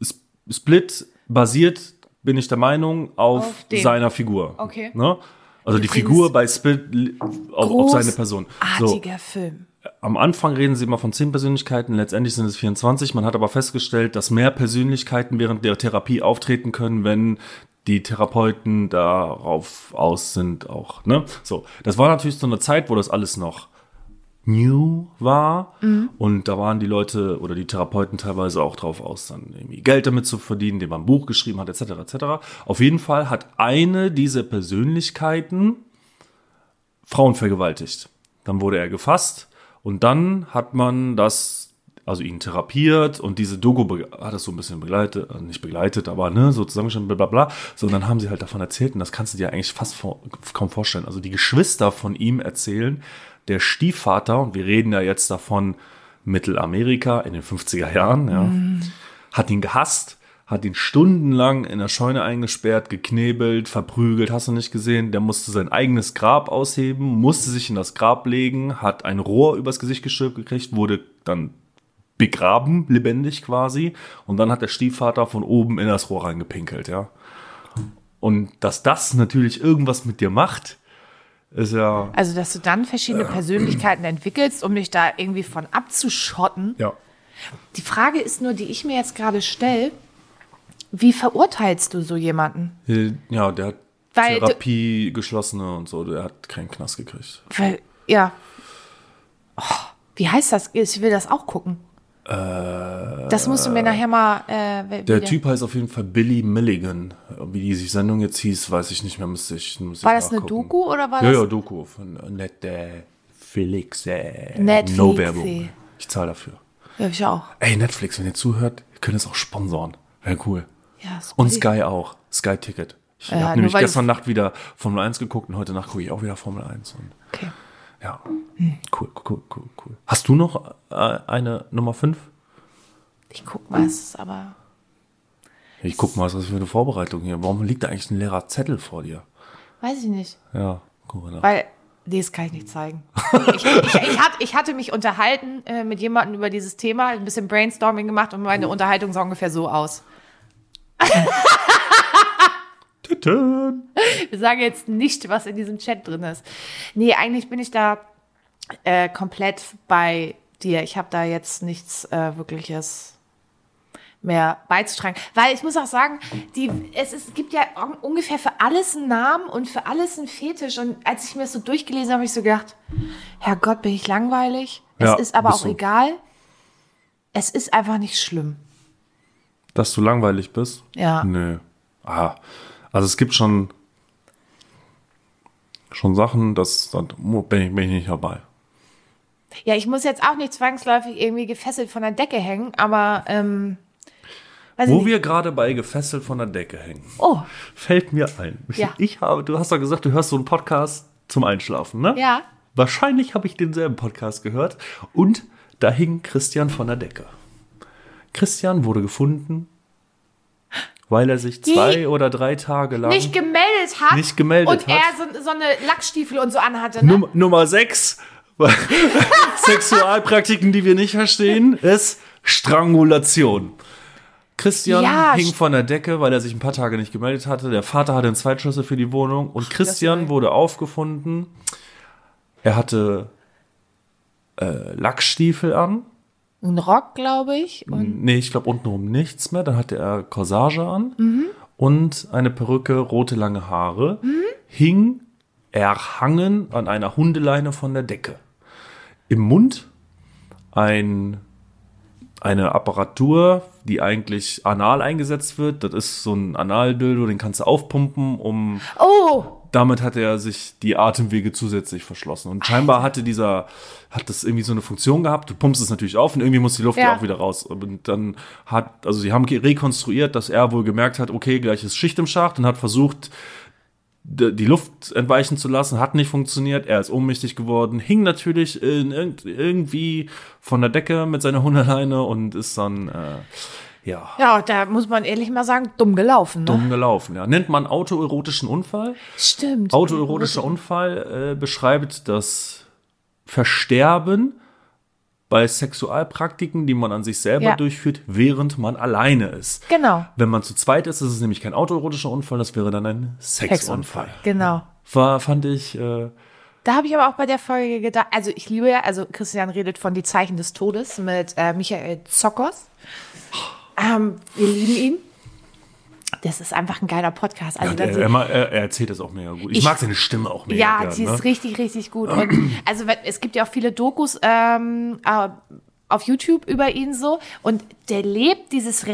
S- Split basiert, bin ich der Meinung, auf,
Auf dem.
seiner Figur.
Okay.
Ne? Also die
Übrigens-
Figur bei Split li- auf, auf seine Person. So,
Artiger Film.
am Anfang reden sie immer von 10 Persönlichkeiten, letztendlich sind es 24. Man hat aber festgestellt, dass mehr Persönlichkeiten während der Therapie auftreten können, wenn die Therapeuten darauf aus sind auch. Ne? So, das war natürlich so eine Zeit, wo das alles noch new war und da waren die Leute oder die Therapeuten teilweise auch drauf aus, dann irgendwie Geld damit zu verdienen, dem man ein Buch geschrieben hat, etc. etc. Auf jeden Fall hat eine dieser Persönlichkeiten Frauen vergewaltigt. Dann wurde er gefasst und dann hat man das, also ihn therapiert und diese Doku be- hat das so ein bisschen begleitet, äh, nicht begleitet, aber ne, so zusammengestellt, bla bla bla. So, und dann haben sie halt davon erzählt und das kannst du dir eigentlich fast vor, kaum vorstellen. Also die Geschwister von ihm erzählen, der Stiefvater, und wir reden ja jetzt davon Mittelamerika in den 50er Jahren, ja, hat ihn gehasst, hat ihn stundenlang in der Scheune eingesperrt, geknebelt, verprügelt, hast du nicht gesehen? Der musste sein eigenes Grab ausheben, musste sich in das Grab legen, hat ein Rohr übers Gesicht gestülpt gekriegt, wurde dann begraben, lebendig quasi, und dann hat der Stiefvater von oben in das Rohr reingepinkelt, ja. Und dass das natürlich irgendwas mit dir macht, ist ja.
Also, dass du dann verschiedene Persönlichkeiten entwickelst, um dich da irgendwie von abzuschotten.
Ja.
Die Frage ist nur, die ich mir jetzt gerade stelle, wie verurteilst du so jemanden?
äh, Ja, der hat
Weil du-
Therapie geschlossene und so, der hat keinen Knast gekriegt.
Weil, ja. Oh, wie heißt das? Ich will das auch gucken. das musst du mir nachher mal. Äh, wie- wie
Äh, Der Typ heißt auf jeden Fall Billy Milligan. Wie die Sendung jetzt hieß, weiß ich nicht mehr. Müsste ich, muss
War
ich
das eine
nachgucken.
Doku oder war
ja,
das-
Ja, Doku von Netflix. Äh,
Netflix.
No Werbung. Ich zahle dafür.
Ja, ich auch.
Ey, Netflix, wenn ihr zuhört, ihr könnt es auch sponsoren. Wäre cool.
Ja, ist
Und
okay.
Sky auch. Sky Ticket. Ich
Ja, nur
habe nämlich
weil du-
gestern Nacht wieder Formel 1 geguckt und heute Nacht gucke ich auch wieder Formel 1. Und
Okay.
ja,
Hm.
cool, cool, cool, cool. Hast du noch äh, eine Nummer 5?
Ich guck mal, es ist aber.
Ich guck mal, was ist das für eine Vorbereitung hier? Warum liegt da eigentlich ein leerer Zettel vor dir?
Weiß ich nicht.
Ja, Corinna.
Weil. Nee, das kann ich nicht zeigen. Ich, ich, ich, hat, ich hatte mich unterhalten äh, mit jemandem über dieses Thema, ein bisschen Brainstorming gemacht und
Oh.
meine Unterhaltung sah ungefähr so aus.
Titten.
Wir sagen jetzt nicht, was in diesem Chat drin ist. Nee, eigentlich bin ich da äh, komplett bei dir. Ich habe da jetzt nichts äh, Wirkliches mehr beizutragen. Weil ich muss auch sagen, die, es, es gibt ja un- ungefähr für alles einen Namen und für alles einen Fetisch. Und als ich mir das so durchgelesen habe, habe ich so gedacht, Herrgott, bin ich langweilig.
Ja,
es ist aber
bist
auch
du.
egal. Es ist einfach nicht schlimm.
Dass du langweilig bist?
Ja.
Nö. Ah. Also es gibt schon, schon Sachen, das, da bin ich, bin ich nicht dabei.
Ja, ich muss jetzt auch nicht zwangsläufig irgendwie gefesselt von der Decke hängen, aber ähm, weiß ich
Wo
nicht.
wir gerade bei gefesselt von der Decke hängen,
Oh,
fällt mir ein.
Ja.
Ich habe, du hast doch gesagt, du hörst so einen Podcast zum Einschlafen, ne?
Ja.
Wahrscheinlich habe ich denselben Podcast gehört und da hing Christian von der Decke. Christian wurde gefunden, weil er sich zwei oder drei Tage lang
nicht gemeldet hat.
Nicht gemeldet
und
hat.
er so, so eine Lackstiefel und so anhatte. Ne?
Num Nummer 6, Sexualpraktiken, die wir nicht verstehen, ist Strangulation. Christian
Ja,
hing
st-
von der Decke, weil er sich ein paar Tage nicht gemeldet hatte. Der Vater hatte einen Zweitschlüssel für die Wohnung und Christian wurde aufgefunden. Er hatte äh, Lackstiefel an.
Ein Rock, glaube ich. Und
Nee, ich glaube untenrum nichts mehr. Dann hatte er Corsage an und eine Perücke, rote lange Haare. Hing erhangen an einer Hundeleine von der Decke. Im Mund ein, eine Apparatur, die eigentlich anal eingesetzt wird. Das ist so ein Analdildo, den kannst du aufpumpen, um
oh,
damit hat er sich die Atemwege zusätzlich verschlossen. Und scheinbar hatte dieser, hat das irgendwie so eine Funktion gehabt. Du pumpst es natürlich auf und irgendwie muss die Luft ja,
Ja.
auch wieder raus. Und dann hat, also sie haben ge- rekonstruiert, dass er wohl gemerkt hat, okay, gleich ist Schicht im Schacht und hat versucht, d- die Luft entweichen zu lassen, hat nicht funktioniert, er ist ohnmächtig geworden, hing natürlich in, irgend- irgendwie von der Decke mit seiner Hundeleine und ist dann, äh, ja,
ja, da muss man ehrlich mal sagen, dumm gelaufen. Ne?
dumm gelaufen. Ja. Nennt man autoerotischen Unfall.
Stimmt.
Autoerotischer Unfall äh, beschreibt das Versterben bei Sexualpraktiken, die man an sich selber
Ja.
durchführt, während man alleine ist.
Genau.
Wenn man zu zweit ist, ist es nämlich kein autoerotischer Unfall, das wäre dann ein Sexunfall.
Genau.
War, fand ich, äh,
Da habe ich aber auch bei der Folge gedacht, also ich liebe ja, also Christian redet von Die Zeichen des Todes mit äh, Michael Zokos. Ähm, wir lieben ihn. Das ist einfach ein geiler Podcast. Also
er,
da sind-
äh, er, er, er erzählt das auch mega gut. Ich,
Ich-
mag seine Stimme auch mega
Ja,
gern,
die
ne?
ist richtig, richtig gut. Und also wenn- es gibt ja auch viele Dokus ähm, äh, auf YouTube über ihn so. Und der lebt dieses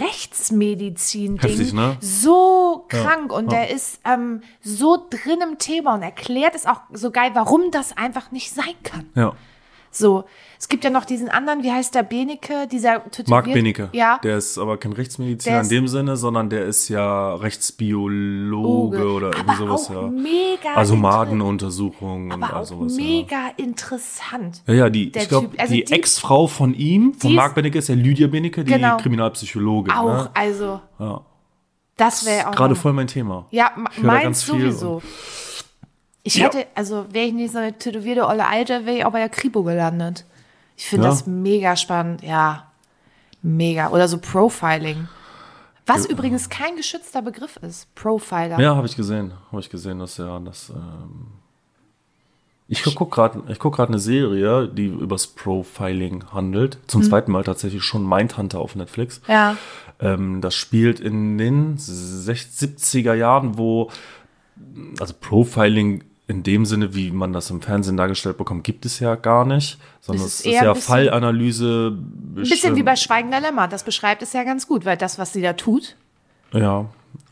Heftig,
Rechtsmedizin-Ding
ne?
so krank und
ja.
der ist ähm, so drin im Thema und erklärt es auch so geil, warum das einfach nicht sein kann.
ne? Ja.
So, es gibt ja noch diesen anderen, wie heißt der Benecke, dieser tätowiert-
Marc Benecke.
Ja.
Der ist aber kein Rechtsmediziner
Der
in
ist-
dem Sinne, sondern der ist ja Rechtsbiologe oder
aber
irgendwie sowas.
auch
ja.
mega
also
inter-
Magenuntersuchungen und
aber
all
auch
sowas. Ja.
mega interessant.
Ja, ja, die,
Der
ich glaube,
Typ, also
die,
die-
Ex-Frau von ihm, von
Die
Marc
ist-
Benecke, ist ja Lydia Benecke, die
Genau.
Kriminalpsychologin.
Auch,
ne?
also,
Ja.
das wäre auch
Gerade
noch-
voll mein Thema.
Ja, ma-
Ich höre da
meins
ganz viel
sowieso. Ich
Ja.
hätte, also wäre ich nicht so eine tätowierte olle Alte, wäre ich auch bei der Kripo gelandet. Ich finde
Ja.
das mega spannend, ja. Mega. Oder so Profiling. Was übrigens kein geschützter Begriff ist. Profiler.
Ja, habe ich gesehen. Habe ich gesehen, dass ja das. Ähm ich gucke gerade guck grad eine Serie, die übers Profiling handelt. Zum
Mhm.
zweiten Mal tatsächlich schon Mindhunter auf Netflix.
Ja.
Ähm, das spielt in den 60, 70er Jahren, wo also Profiling in dem Sinne, wie man das im Fernsehen dargestellt bekommt, gibt es ja gar nicht, sondern
Das
es
ist
ist,
eher ein
ja
bisschen-
Fallanalyse.
Ein bisschen wie bei Schweigender Lämmer. Das beschreibt es ja ganz gut, weil das, was sie da tut,
Ja.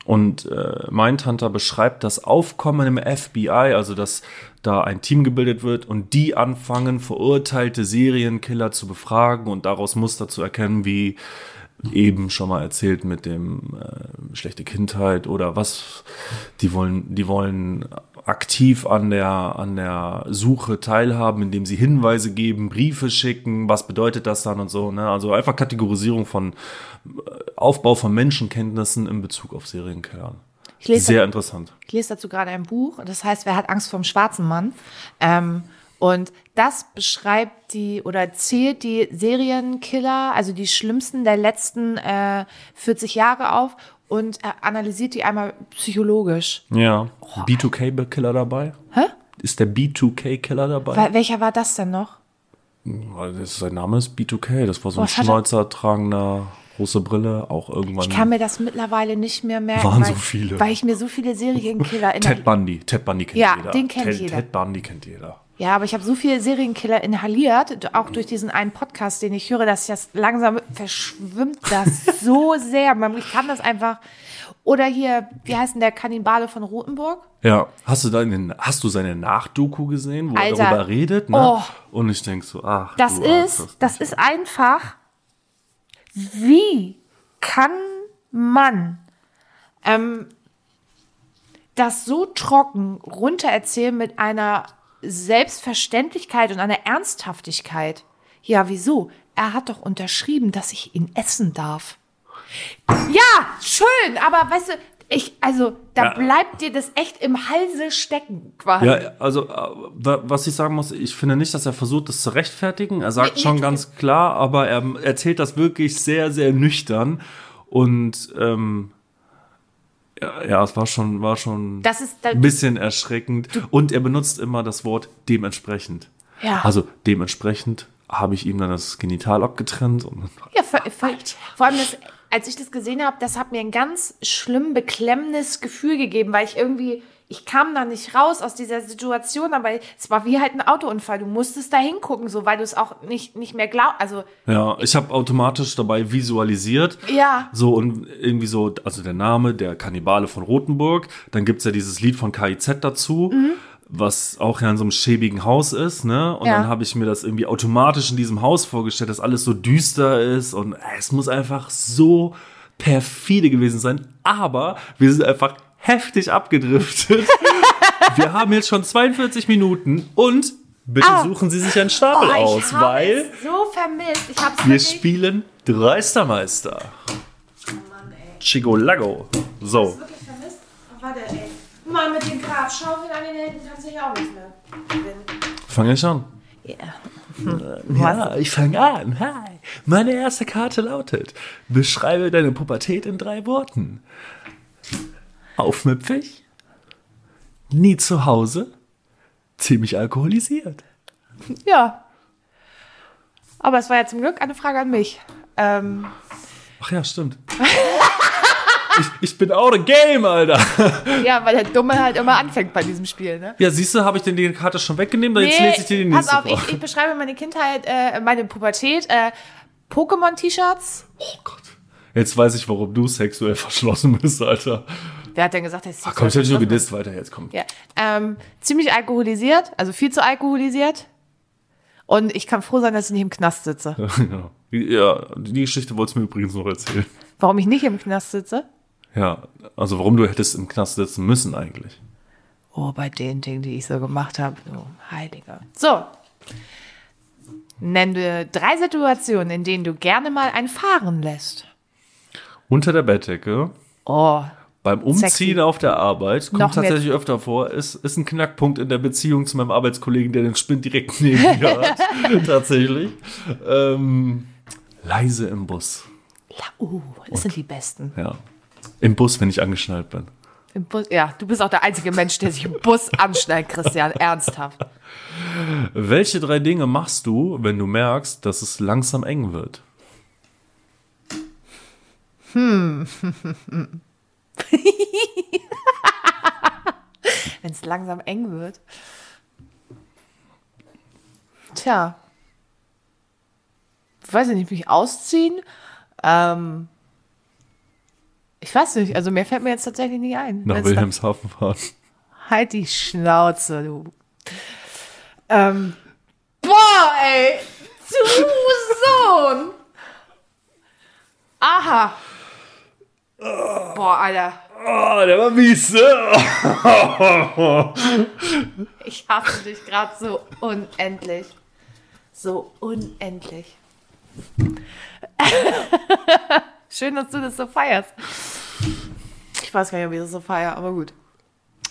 Und äh, Mindhunter beschreibt das Aufkommen im FBI, also dass da ein Team gebildet wird und die anfangen, verurteilte Serienkiller zu befragen und daraus Muster zu erkennen, wie eben schon mal erzählt mit dem äh, schlechte Kindheit oder was die wollen die wollen aktiv an der an der Suche teilhaben, indem sie Hinweise geben, Briefe schicken, was bedeutet das dann und so, ne? Also einfach Kategorisierung von äh, Aufbau von Menschenkenntnissen in Bezug auf Serienkillern.
Ich lese-
Sehr interessant.
Ich lese dazu gerade ein Buch, das heißt, wer hat Angst vorm schwarzen Mann? Ähm, und das beschreibt die oder zählt die Serienkiller, also die schlimmsten der letzten äh, 40 Jahre auf und äh, analysiert die einmal psychologisch.
Ja. B2K-Killer dabei? Hä? Ist der B2K-Killer dabei?
Wel- Welcher war das denn noch?
Weil das- Sein Name ist B2K, das war so ein
Was hat er-
Schnäuzer tragender, große Brille, auch irgendwann.
Ich kann mir das mittlerweile nicht mehr merken,
Waren
weil,
so viele.
weil ich mir so viele Serienkiller in
Ted Bundy, Ted Bundy kennt
Ja,
jeder.
den kennt
Ted,
jeder.
Ted Bundy kennt jeder.
Ja, aber ich habe so viele Serienkiller inhaliert, auch durch diesen einen Podcast, den ich höre, dass ich das langsam verschwimmt das so sehr. Man ich kann das einfach. Oder hier, wie heißt denn der Kannibale von Rothenburg?
Ja, hast du deine, hast du seine Nachdoku gesehen, wo
Alter.
er darüber redet? Ne?
Oh.
Und ich denk so, ach.
Das
du
ist,
Arsch,
das ist einfach. Wie kann man ähm, das so trocken runtererzählen mit einer Selbstverständlichkeit und einer Ernsthaftigkeit? Ja, wieso? Er hat doch unterschrieben, dass ich ihn essen darf. Ja, schön, aber weißt du, ich, also, da
Ja.
bleibt dir das echt im Halse stecken, quasi.
Ja, also äh, wa- was ich sagen muss, ich finde nicht, dass er versucht, das zu rechtfertigen. Er sagt
Nee,
schon
nee,
ganz klar, aber er erzählt das wirklich sehr, sehr nüchtern. Und ähm, ja, ja, es war schon, war schon
Das ist-
ein bisschen erschreckend. Und er benutzt immer das Wort dementsprechend.
Ja.
Also dementsprechend habe ich ihm dann das Genital abgetrennt und
Ja, vor, vor, vor allem, das, als ich das gesehen habe, das hat mir ein ganz schlimm beklemmendes Gefühl gegeben, weil ich irgendwie, ich kam da nicht raus aus dieser Situation, aber es war wie halt ein Autounfall. Du musstest da hingucken, so, weil du es auch nicht, nicht mehr glaubst. Also,
Ja, ich habe automatisch dabei visualisiert.
Ja.
So und irgendwie so, also der Name, der Kannibale von Rothenburg. Dann gibt's ja dieses Lied von KIZ dazu,
Mhm.
was auch ja in so einem schäbigen Haus ist, ne? Und
Ja.
dann habe ich mir das irgendwie automatisch in diesem Haus vorgestellt, dass alles so düster ist und äh, es muss einfach so perfide gewesen sein. Aber wir sind einfach heftig abgedriftet. wir haben jetzt schon 42 Minuten und bitte
Ah. Oh,
suchen Sie sich einen Stapel
ich
aus,
habe
weil...
es so vermisst. Ich hab's
Wir
wirklich-
spielen Dreistermeister. Chigolago. So.
wirklich vermisst. Ach, Warte, ey. Guck Mal mit den Grabschaufeln an den Händen kannst du ja auch nicht mehr. gewinnen.
Fange ich an. Ja, ich fange an. Hi. Meine erste Karte lautet: Beschreibe deine Pubertät in drei Worten. Aufmüpfig, nie zu Hause, ziemlich alkoholisiert.
Ja. Aber es war ja zum Glück eine Frage an mich. Ähm,
Ach ja, stimmt. Ich, ich bin out of game, Alter.
ja, weil der Dumme halt immer anfängt bei diesem Spiel, ne?
Ja, siehst du, habe ich denn die Karte schon weggenommen? Dann Jetzt
Nee,
lese ich dir die nächste
Pass auf,
vor.
ich, ich beschreibe meine Kindheit, äh, meine Pubertät. Äh, Pokémon-T-Shirts.
Oh Gott. Jetzt weiß ich, warum du sexuell verschlossen bist, Alter.
Wer hat denn gesagt, das ist
Komm, ich hab dich nur gedisst weiter jetzt, komm.
ja. ähm, Ziemlich alkoholisiert, also viel zu alkoholisiert. Und ich kann froh sein, dass ich nicht im Knast sitze.
Ja. ja, die Geschichte wolltest du mir übrigens noch erzählen.
Warum ich nicht im Knast sitze?
Ja, also warum du hättest im Knast sitzen müssen eigentlich.
Oh, bei den Dingen, die ich so gemacht habe. Oh, Heiliger. So. Nenne drei Situationen, in denen du gerne mal einen fahren lässt.
Unter der Bettdecke,
Oh,
beim Umziehen
Sexy.
auf der Arbeit, kommt
Noch mehr-
tatsächlich öfter vor, ist, ist ein Knackpunkt in der Beziehung zu meinem Arbeitskollegen, der den Spind direkt neben mir hat. tatsächlich. Ähm, leise im Bus.
la- oh, das sind die besten.
Ja. Im Bus, wenn ich angeschnallt bin.
Im Bus, ja, du bist auch der einzige Mensch, der sich im Bus anschneidet, Christian. Ernsthaft.
Welche drei Dinge machst du, wenn du merkst, dass es langsam eng wird?
Wenn es langsam eng wird. Tja. Ich weiß nicht, mich ausziehen. Ähm, ich weiß nicht, also mehr fällt mir jetzt tatsächlich nicht ein.
Nach
Wenn's da-
Wilhelmshaven fahren.
Halt die Schnauze, du. Ähm, boah, ey. Du Sohn. Aha. Boah, Alter.
Oh, der war mies, ne?
Ich hasse dich gerade so unendlich. So unendlich. Schön, dass du das so feierst. Ich weiß gar nicht, ob ich das so feier, aber gut.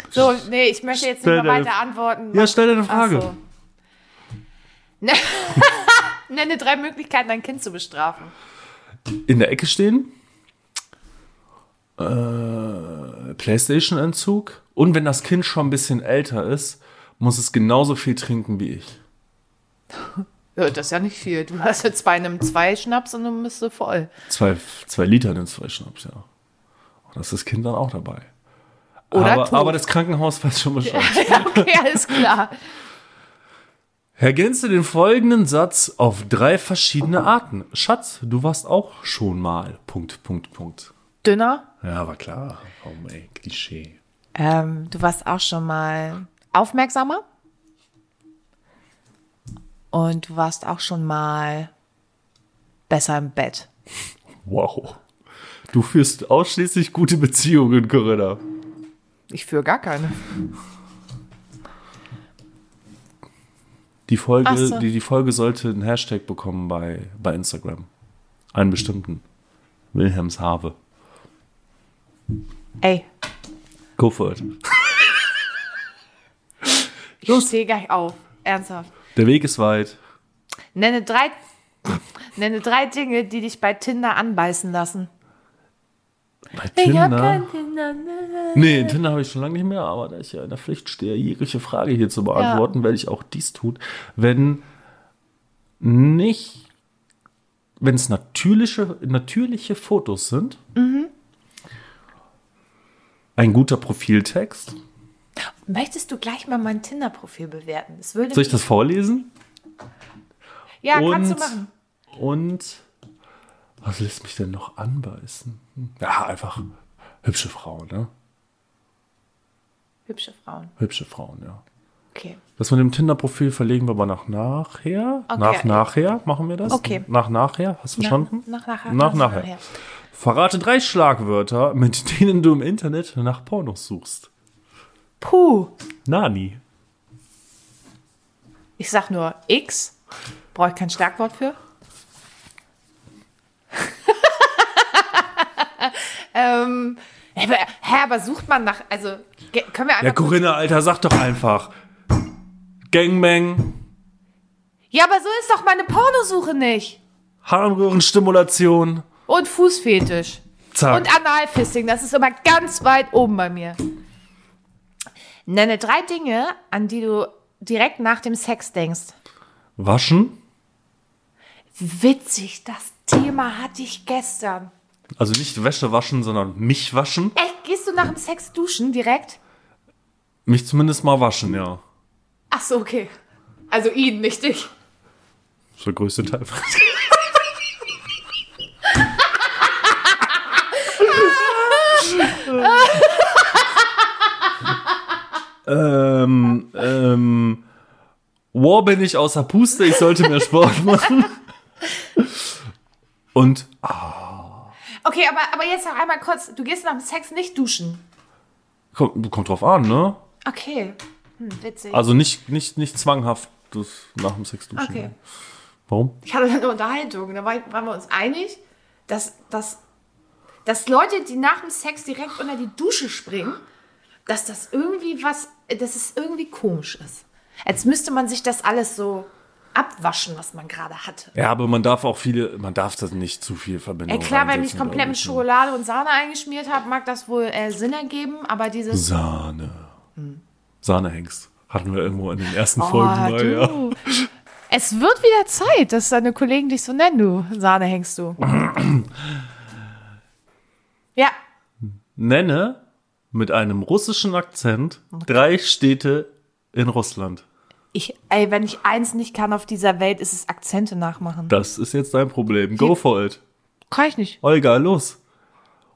So, nee, ich möchte jetzt nicht
Stell
mehr
deine-
weiter antworten.
Ja, stell deine
Ach
Frage.
so. Ne- Nenne drei Möglichkeiten, dein Kind zu bestrafen.
In der Ecke stehen. Äh, Playstation-Entzug. Und wenn das Kind schon ein bisschen älter ist, muss es genauso viel trinken wie ich.
Ja, das ist ja nicht viel. Du hast jetzt bei einem zwei Schnaps und dann bist du voll.
Zwei, zwei Liter in zwei Schnaps, ja. Und das ist das Kind dann auch dabei.
Oder
aber,
tot.
aber das Krankenhaus weiß schon Bescheid.
Ja, okay, alles klar.
Ergänze den folgenden Satz auf drei verschiedene Arten. Schatz, du warst auch schon mal. Punkt, Punkt, Punkt.
Dünner?
Ja, war klar. Komm, ey, Klischee.
Ähm, du warst auch schon mal aufmerksamer. Und du warst auch schon mal besser im Bett.
Wow. Du führst ausschließlich gute Beziehungen, Corinna.
Ich führe gar keine.
Die Folge,
Ach so.
die, die Folge sollte einen Hashtag bekommen bei, bei Instagram. Einen bestimmten. Wilhelmshabe.
Ey,
Go for it.
ich stehe gleich auf. Ernsthaft.
Der Weg ist weit.
Nenne drei, nenne drei Dinge, die dich bei Tinder anbeißen lassen.
Bei
Ich hab
Tinder.
kein Tinder. ne, ne.
Nee, Tinder habe ich schon lange nicht mehr, aber da ich ja in der Pflicht stehe, jegliche Frage hier zu beantworten, werde ich auch dies tun. Wenn nicht, wenn es natürliche, natürliche Fotos sind,
Mhm.
ein guter Profiltext.
Möchtest du gleich mal mein Tinder-Profil bewerten? Das würde
Soll ich das vorlesen?
ja, kannst du
Und-
machen.
Und was lässt mich denn noch anbeißen? Hm. Ja, einfach hübsche Frauen, ne?
Hübsche Frauen.
Hübsche Frauen, ja.
Okay.
Das mit dem Tinder-Profil verlegen wir aber nach nachher.
Okay.
Nach nachher machen wir das.
Okay.
Nach nachher, hast du verstanden?
nach nachher,
Nach
nach
nachher.
nachher.
Verrate drei Schlagwörter, mit denen du im Internet nach Pornos suchst.
Puh.
Nani.
Ich sag nur X. Brauche ich kein Schlagwort für. ähm, hä, aber, hä, aber sucht man nach, also ge- können wir
Ja,
einfach.
Corinna, Alter, sag doch einfach. Gangbang,
Ja, aber so ist doch meine Pornosuche nicht.
Harnröhrenstimulation.
Und Fußfetisch.
Zack.
Und Analfisting, das ist immer ganz weit oben bei mir. Nenne drei Dinge, an die du direkt nach dem Sex denkst.
Waschen.
Witzig, das Thema hatte ich gestern.
Also nicht Wäsche waschen, sondern mich waschen.
Echt, gehst du nach dem Sex duschen direkt?
Mich zumindest mal waschen, ja.
Ach so, okay. Also ihn, nicht dich.
Das ist der größte Teil. ähm, ähm, wow, bin ich außer Puste, ich sollte mehr Sport machen. Und
Okay, aber, aber jetzt noch einmal kurz. Du gehst nach dem Sex nicht duschen.
kommt, kommt drauf an, ne?
Okay. Hm, witzig.
Also nicht, nicht, nicht zwanghaft das nach dem Sex duschen.
Okay.
ne? Warum?
Ich hatte eine Unterhaltung. Da war- waren wir uns einig, dass, dass, dass Leute, die nach dem Sex direkt unter die Dusche springen, dass das irgendwie was, dass es irgendwie komisch ist. Als müsste man sich das alles so abwaschen, was man gerade hatte.
Ja, aber man darf auch viele, man darf das nicht zu viel verbinden.
Ey, Äh, klar, wenn ich komplett
ne?
mit Schokolade und Sahne eingeschmiert habe, mag das wohl äh, Sinn ergeben, aber dieses.
Sahne. Sahnehengst. Hatten wir irgendwo in den ersten
Oh,
Folgen mal,
du.
ja.
Es wird wieder Zeit, dass deine Kollegen dich so nennen, du Sahne hängst du. ja,
Nenne mit einem russischen Akzent drei Städte in Russland.
ich, ey, wenn ich eins nicht kann auf dieser Welt, ist es Akzente nachmachen.
Das ist jetzt dein Problem. Go for it.
Kann ich nicht.
Olga, los.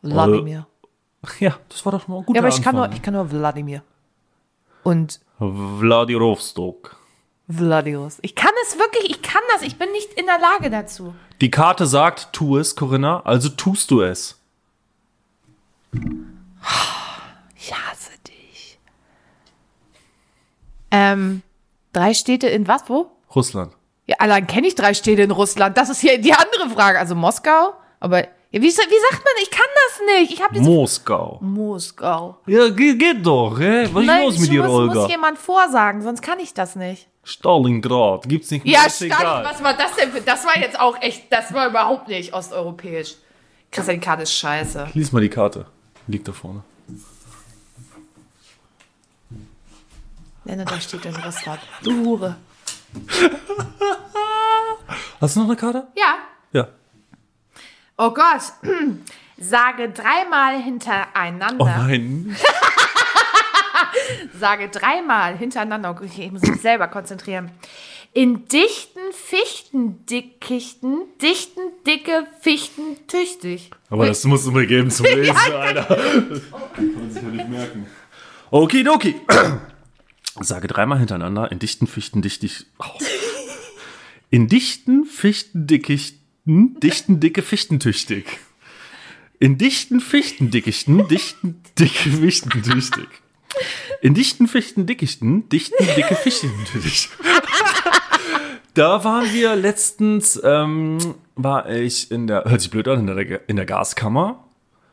Wladimir.
Ja, das war doch mal ein guter
Ja, aber ich kann,
Anfang.
nur, ich kann nur Wladimir. Und
Wladivostok.
Vladius. Ich kann es wirklich, ich kann das, ich bin nicht in der Lage dazu.
Die Karte sagt, tu es, Corinna, also tust du es.
Ich hasse dich. Ähm, drei Städte in was, wo?
Russland.
Ja, allein kenne ich drei Städte in Russland. Das ist hier die andere Frage. Also Moskau, aber ja, wie, wie sagt man, ich kann das nicht. Ich habe diese
Moskau.
Moskau.
Ja, geht, geht doch, hä? Was ist los
ich
mit dir,
muss, muss
Olga?
jemand vorsagen, sonst kann ich das nicht.
Stalingrad, gibt's nicht
Ja,
ist
Stalin,
egal.
was war das denn? für- Das war jetzt auch echt, das war überhaupt nicht osteuropäisch. Christian Kahn ist scheiße.
Lies mal die Karte. Liegt da vorne.
Nenne, ne, da steht in Russland. Du Hure.
Hast du noch eine Karte?
Ja.
Ja.
Oh Gott. Sage dreimal hintereinander.
Oh nein.
Sage dreimal hintereinander. Okay, ich muss mich selber konzentrieren. In dichten Fichtendickichten, dichten, dicke Fichten tüchtig.
Aber das musst du mir geben zum Lesen, Alter. Kann man sich ja nicht merken. Okidoki. Sage dreimal hintereinander in dichten Fichten dichtig. Oh. In dichten Fichten dickichten, dichten dicke Fichten tüchtig. In dichten Fichten dickichten, dichten dicke Fichten tüchtig. In dichten Fichten dickichten, dichten dicke Fichten tüchtig. Da waren wir letztens, ähm, war ich in der, hört sich blöd an, in der, in der Gaskammer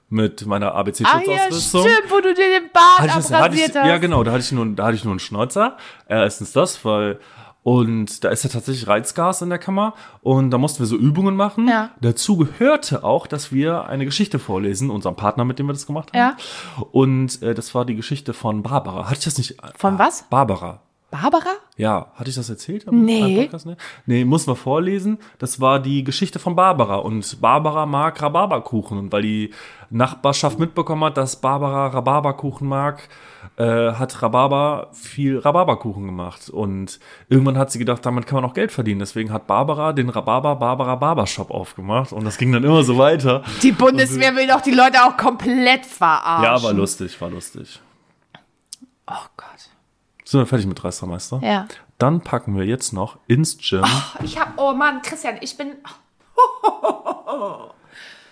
mit meiner
Ah ja,
ABC-Schutzausrüstung.
stimmt, wo du dir den Bart
Hatte ich das, hatte ich,
abrasiert hast.
ja, genau, da hatte ich nur, da hatte ich nur einen Schnäuzer. Erstens das, weil. Und da ist ja tatsächlich Reizgas in der Kammer und da mussten wir so Übungen machen.
Ja.
Dazu gehörte auch, dass wir eine Geschichte vorlesen, unserem Partner, mit dem wir das gemacht haben.
Ja.
Und äh, das war die Geschichte von Barbara. Hatte ich das nicht? Ah,
Von was?
Barbara.
Barbara?
Ja, hatte ich das erzählt?
Nee.
Ne? Nee, muss man vorlesen. Das war die Geschichte von Barbara. Und Barbara mag Rhabarberkuchen. Und weil die Nachbarschaft mitbekommen hat, dass Barbara Rhabarberkuchen mag, äh, hat Rhabarber viel Rhabarberkuchen gemacht. Und irgendwann hat sie gedacht, damit kann man auch Geld verdienen. Deswegen hat Barbara den Rhabarber Barbara Barbershop aufgemacht. Und das ging dann immer so weiter.
Die Bundeswehr will doch die Leute auch komplett verarschen.
Ja, war lustig, war lustig.
Oh Gott.
Sind wir fertig mit Reistermeister?
Ja.
Dann packen wir jetzt noch ins Gym.
Ich hab, oh Mann, Christian, ich bin. Oh.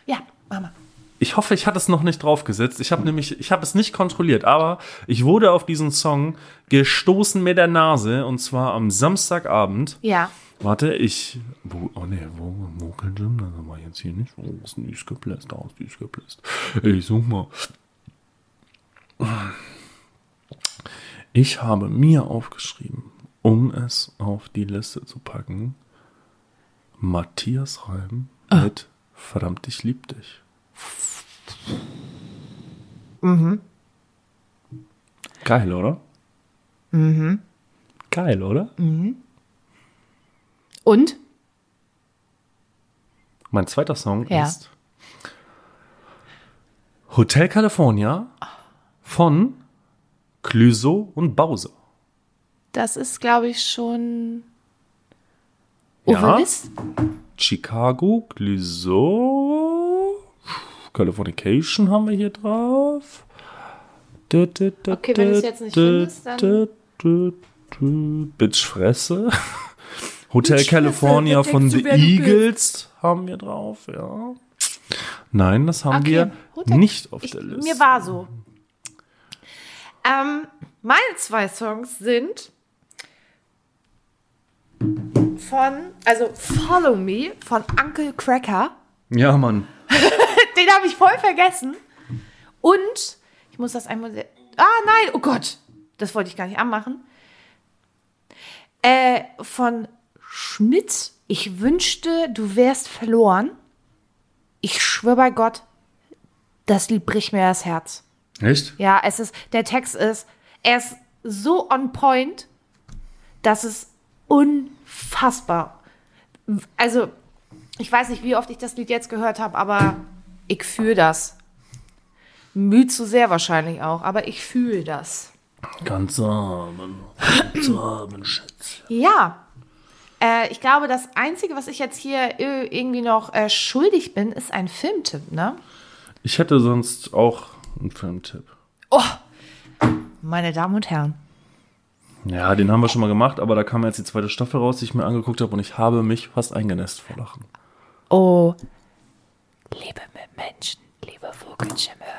Ja, Mama.
Ich hoffe, ich hatte es noch nicht draufgesetzt. Ich habe nämlich, ich habe es nicht kontrolliert, aber ich wurde auf diesen Song gestoßen mit der Nase und zwar am Samstagabend.
Ja.
Warte, ich. Wo, oh ne, wo, wo kein Gym? Das haben wir jetzt hier nicht. Wo ist denn dies gepläst? Da ist dies gepläst. Ich such mal. Ich habe mir aufgeschrieben, um es auf die Liste zu packen, Matthias Reim mit Verdammt, ich lieb dich. Geil, oder? Mhm. Geil, oder?
Und?
Mein zweiter Song
Ja.
ist Hotel California von Clüso und Bowser.
Das ist, glaube ich, schon.
Ja.
Ovelis?
Chicago, Clüso, Californication haben wir hier drauf. Dö, dö, dö,
Okay, wenn
dö,
du's jetzt nicht
dö,
findest, dann-
dö, dö, dö. Bitchfresse. Hotel
Bitchfresse,
California
da
von
denkst du,
The
wer du bist.
Eagles haben wir drauf, ja. Nein, das haben wir
Hotel-
nicht auf
ich,
der Liste.
Mir war so. Ähm, meine zwei Songs sind von, also Follow Me von Uncle Cracker.
ja, Mann.
Den habe ich voll vergessen. Und ich muss das einmal. se- Ah, nein, oh Gott. Das wollte ich gar nicht anmachen. Äh, von Schmidt. Ich wünschte, du wärst verloren. Ich schwöre bei Gott, das Lied bricht mir das Herz.
Echt?
Ja, es ist, der Text ist, er ist so on point, das ist unfassbar. Also, ich weiß nicht, wie oft ich das Lied jetzt gehört habe, aber ich fühle das. Mühe zu sehr wahrscheinlich auch, aber ich fühle das.
Ganz armen. Ganz armen Schätz.
Ja. Äh, ich glaube, das Einzige, was ich jetzt hier äh, irgendwie noch äh, schuldig bin, ist ein Filmtipp, ne?
Ich hätte sonst auch einen Filmtipp.
Oh, meine Damen und Herren.
Ja, den haben wir schon mal gemacht, aber da kam jetzt die zweite Staffel raus, die ich mir angeguckt habe und ich habe mich fast eingenässt vor Lachen.
Oh, liebe Menschen, liebe Vogelschirmhörer.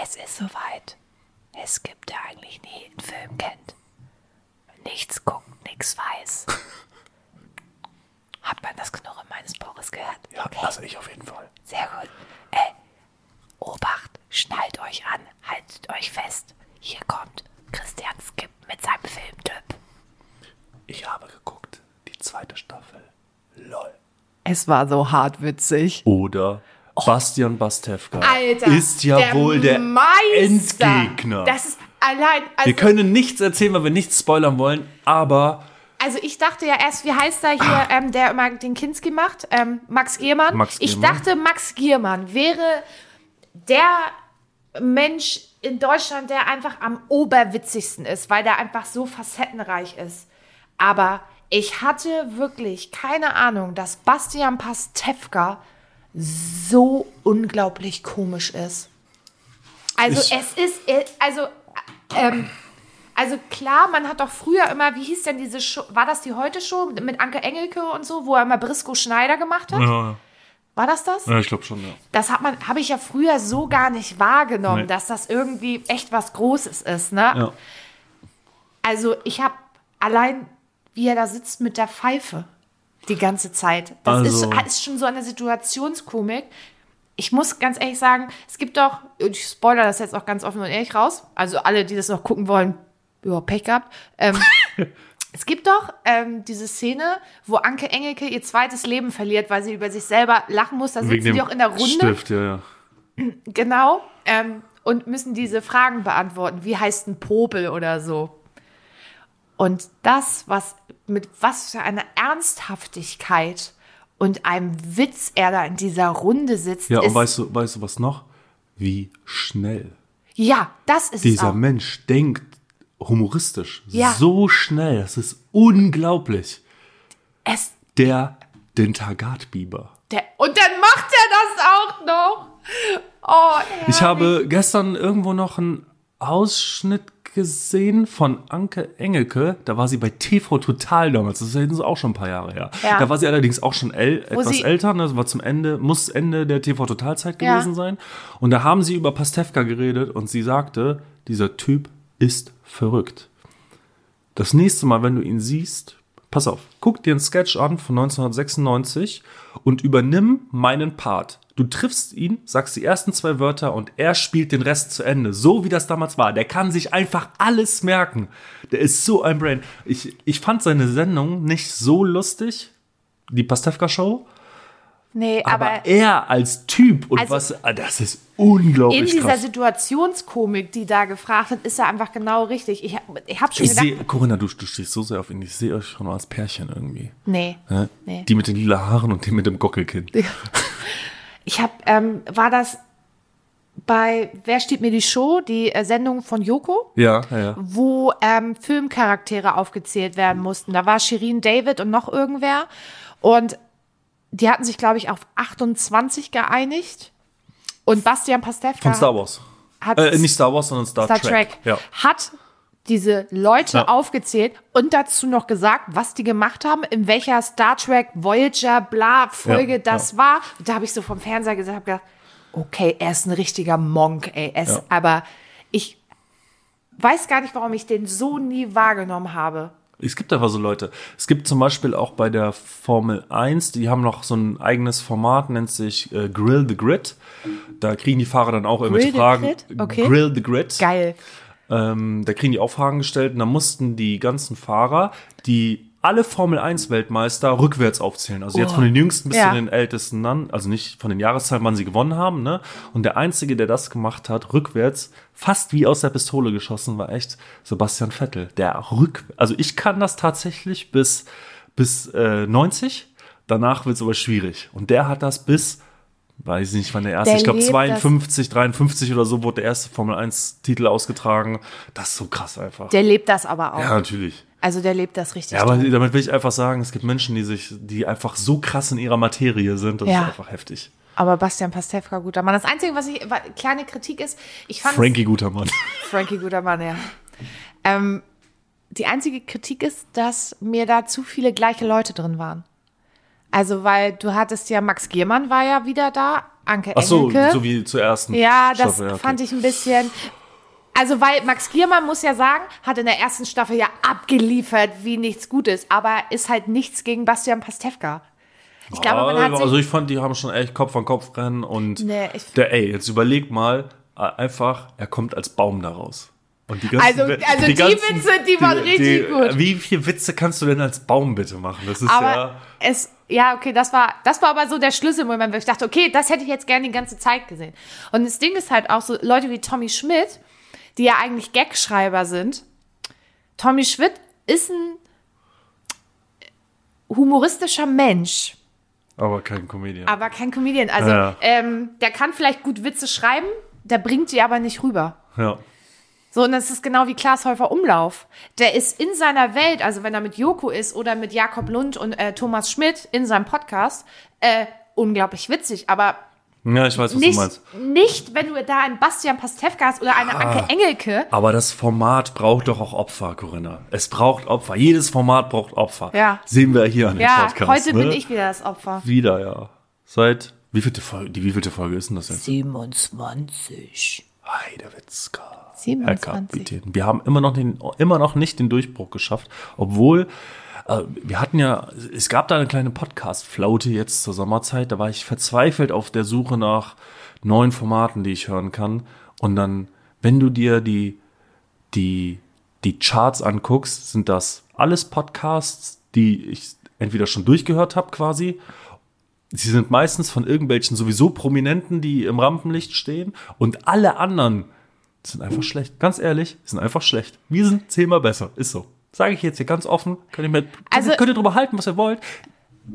Es ist soweit. Es gibt ja eigentlich nie einen Film kennt. Nichts guckt, nichts weiß. Hat man das Knurren meines Bohres gehört?
Ja, also ich auf jeden Fall.
Sehr gut. Äh, Obacht, schnallt euch an, haltet euch fest. Hier kommt Christian Skip mit seinem Filmtipp.
Ich habe geguckt, die zweite Staffel. LOL.
Es war so hart witzig.
Oder
Oh.
Bastian Bastewka
Alter,
ist ja wohl der
Meister.
Endgegner.
Das ist allein. Also,
wir können nichts erzählen, weil wir nichts spoilern wollen, aber
also ich dachte ja erst, wie heißt er hier, ähm, der immer den Kinski macht? Ähm, Max Giermann.
Ah. Max
ich
Giermann.
dachte, Max Giermann wäre der Mensch in Deutschland, der einfach am oberwitzigsten ist, weil der einfach so facettenreich ist. Aber ich hatte wirklich keine Ahnung, dass Bastian Pastewka so unglaublich komisch ist. Also
Ich-
es ist, äh, also also klar, man hat doch früher immer, wie hieß denn diese Show, war das die Heute-Show mit Anke Engelke und so, wo er immer Brisco Schneider gemacht hat?
ja,
War das das?
ja, ich glaube schon, ja.
Das hat man, habe ich ja früher so gar nicht wahrgenommen,
Nee.
dass das irgendwie echt was Großes ist, ne?
ja.
Also ich habe allein, wie er da sitzt mit der Pfeife die ganze Zeit. Das
Also-
ist, ist schon so eine Situationskomik. Ich muss ganz ehrlich sagen, es gibt doch, und ich spoiler das jetzt auch ganz offen und ehrlich raus, also alle, die das noch gucken wollen, überhaupt Pech gehabt. Ähm, es gibt doch ähm, diese Szene, wo Anke Engelke ihr zweites Leben verliert, weil sie über sich selber lachen muss. Da sitzen die auch in der Runde.
Stift, ja, ja.
Genau. Ähm, und müssen diese Fragen beantworten. Wie heißt ein Popel oder so? Und das, was mit was für einer Ernsthaftigkeit und einem Witz er da in dieser Runde sitzt,
Ja, und
ist,
weißt du, weißt du was noch? Wie schnell
ja das ist es
dieser
auch.
Mensch denkt, humoristisch.
Ja.
So schnell, das ist unglaublich.
Es,
Der, den Tagatbiber.
der, und dann macht er das auch noch. Oh,
Ich
herrlich.
habe gestern irgendwo noch einen Ausschnitt gesehen von Anke Engelke. Da war sie bei TV Total damals. Das ist ja jetzt auch schon ein paar Jahre her.
Ja.
Da war sie allerdings auch schon el etwas
sie-
älter. ne? Das war zum Ende, muss Ende der TV Total-Zeit
Ja.
gewesen sein. Und da haben sie über Pastewka geredet und sie sagte, dieser Typ ist verrückt. Das nächste Mal, wenn du ihn siehst, pass auf, guck dir einen Sketch an von 1996 und übernimm meinen Part. Du triffst ihn, sagst die ersten zwei Wörter und er spielt den Rest zu Ende. So wie das damals war. Der kann sich einfach alles merken. Der ist so ein Brain. Ich, ich fand seine Sendung nicht so lustig, die Pastewka-Show,
Nee,
aber,
aber
er als Typ und
Also-
was, ah, das ist unglaublich
in dieser
krass.
Situationskomik, die da gefragt wird, ist er einfach genau richtig. Ich, hab- ich habe schon
Ich
gedacht,
sehe, Corinna, du, du stehst so sehr auf ihn. Ich sehe euch schon als Pärchen irgendwie.
nee,
Ne?
nee.
Die mit den lila Haaren und die mit dem Gockelkinn.
Ich habe, ähm, war das bei Wer steht mir die Show, die äh, Sendung von Joko,
Ja, ja, ja.
wo ähm, Filmcharaktere aufgezählt werden mussten. Da war Shirin David und noch irgendwer. Und die hatten sich, glaube ich, auf 28 geeinigt. Und Bastian Pastewka
Von Star Wars.
hat
Äh, nicht Star Wars, sondern Star,
Star Trek,
Ja.
hat diese Leute
Ja.
aufgezählt und dazu noch gesagt, was die gemacht haben, in welcher Star Trek Voyager bla Folge
Ja,
das
ja.
war. Und da habe ich so vom Fernseher gesagt, hab gedacht, okay, er ist ein richtiger Monk, ey. Er ist,
Ja.
Aber ich weiß gar nicht, warum ich den so nie wahrgenommen habe.
Es gibt einfach so Leute. Es gibt zum Beispiel auch bei der Formel 1, die haben noch so ein eigenes Format, nennt sich äh, Grill the Grid. Da kriegen die Fahrer dann auch irgendwelche
the
Fragen.
Grid? Okay.
Grill the Grid.
Geil.
Ähm, da kriegen die auch Fragen gestellt und da mussten die ganzen Fahrer, die alle Formel 1 Weltmeister rückwärts aufzählen. Also jetzt von den jüngsten bis
Oh. Ja.
zu den ältesten dann, also nicht von den Jahreszahlen, wann sie gewonnen haben, ne? Und der einzige, der das gemacht hat, rückwärts, fast wie aus der Pistole geschossen, war echt Sebastian Vettel. Der rück, also ich kann das tatsächlich bis bis äh, 90. Danach wird es aber schwierig. Und der hat das bis weiß ich nicht, wann der erste,
Der
ich glaube
lebt das-
52, 53 oder so wurde der erste Formel 1 Titel ausgetragen. Das ist so krass einfach.
Der lebt das aber auch.
ja, natürlich.
Also der lebt das richtig.
Ja, aber
toll.
damit will ich einfach sagen, es gibt Menschen, die sich, die einfach so krass in ihrer Materie sind, das
Ja.
ist einfach heftig.
Aber Bastian Pastewka, guter Mann. Das Einzige, was ich, wa- kleine Kritik ist, ich fand.
Frankie, guter Mann.
Frankie, guter Mann, ja. Ähm, die einzige Kritik ist, dass mir da zu viele gleiche Leute drin waren. Also, weil du hattest ja, Max Giermann war ja wieder da, Anke
Ach so,
Engelke.
so wie zur ersten.
Ja, das
Staffel, okay.
fand ich ein bisschen. Also, weil Max Giermann, muss ja sagen, hat in der ersten Staffel ja abgeliefert, wie nichts Gutes, aber ist halt nichts gegen Bastian Pastewka. Ich glaube, man hat sich.
also ich fand, die haben schon echt Kopf an Kopf rennen und
Nee, ich-
der, ey, jetzt überleg mal äh, einfach, er kommt als Baum daraus. Und die ganzen, äh,
Also- also die Witze, die waren richtig gut.
Wie viele Witze kannst du denn als Baum bitte machen? Das ist
aber
ja.
es, ja, okay, das war, das war aber so der Schlüsselmoment, wo ich dachte, okay, das hätte ich jetzt gerne die ganze Zeit gesehen. Und das Ding ist halt auch so, Leute wie Tommy Schmidt, die ja eigentlich Gagschreiber sind. Tommy Schmidt ist ein humoristischer Mensch,
Aber kein Comedian.
aber kein Comedian. Also,
Ja.
ähm, der kann vielleicht gut Witze schreiben, der bringt die aber nicht rüber.
ja.
So, und das ist genau wie Klaas Häufer Umlauf. Der ist in seiner Welt, also wenn er mit Joko ist oder mit Jakob Lund und äh, Thomas Schmidt in seinem Podcast, äh, unglaublich witzig. Aber
ja, ich weiß, was du Ah. meinst.
nicht, nicht, wenn du da einen Bastian Pastewka hast oder eine Anke Engelke.
Aber das Format braucht doch auch Opfer, Corinna. Es braucht Opfer. Jedes Format braucht Opfer.
Ja.
Sehen wir hier an dem
Ja,
Podcast.
heute
ne?
bin ich wieder das Opfer.
Wieder, ja. Seit. Wie vielte Folge, die wievielte Folge ist denn das jetzt?
27.
Heidewitzka.
27.
Herr Kapitän. Wir haben immer noch, den, immer noch nicht den Durchbruch geschafft, obwohl äh, wir hatten ja, es gab da eine kleine Podcast-Flaute jetzt zur Sommerzeit, da war ich verzweifelt auf der Suche nach neuen Formaten, die ich hören kann. Und dann, wenn du dir die, die, die Charts anguckst, sind das alles Podcasts, die ich entweder schon durchgehört habe quasi Sie sind meistens von irgendwelchen sowieso Prominenten, die im Rampenlicht stehen. Und alle anderen sind einfach schlecht. Ganz ehrlich, sind einfach schlecht. Wir sind zehnmal besser. Ist so. Sage ich jetzt hier ganz offen. Könnt ihr, mir,
Also-
könnt ihr drüber halten, was ihr wollt.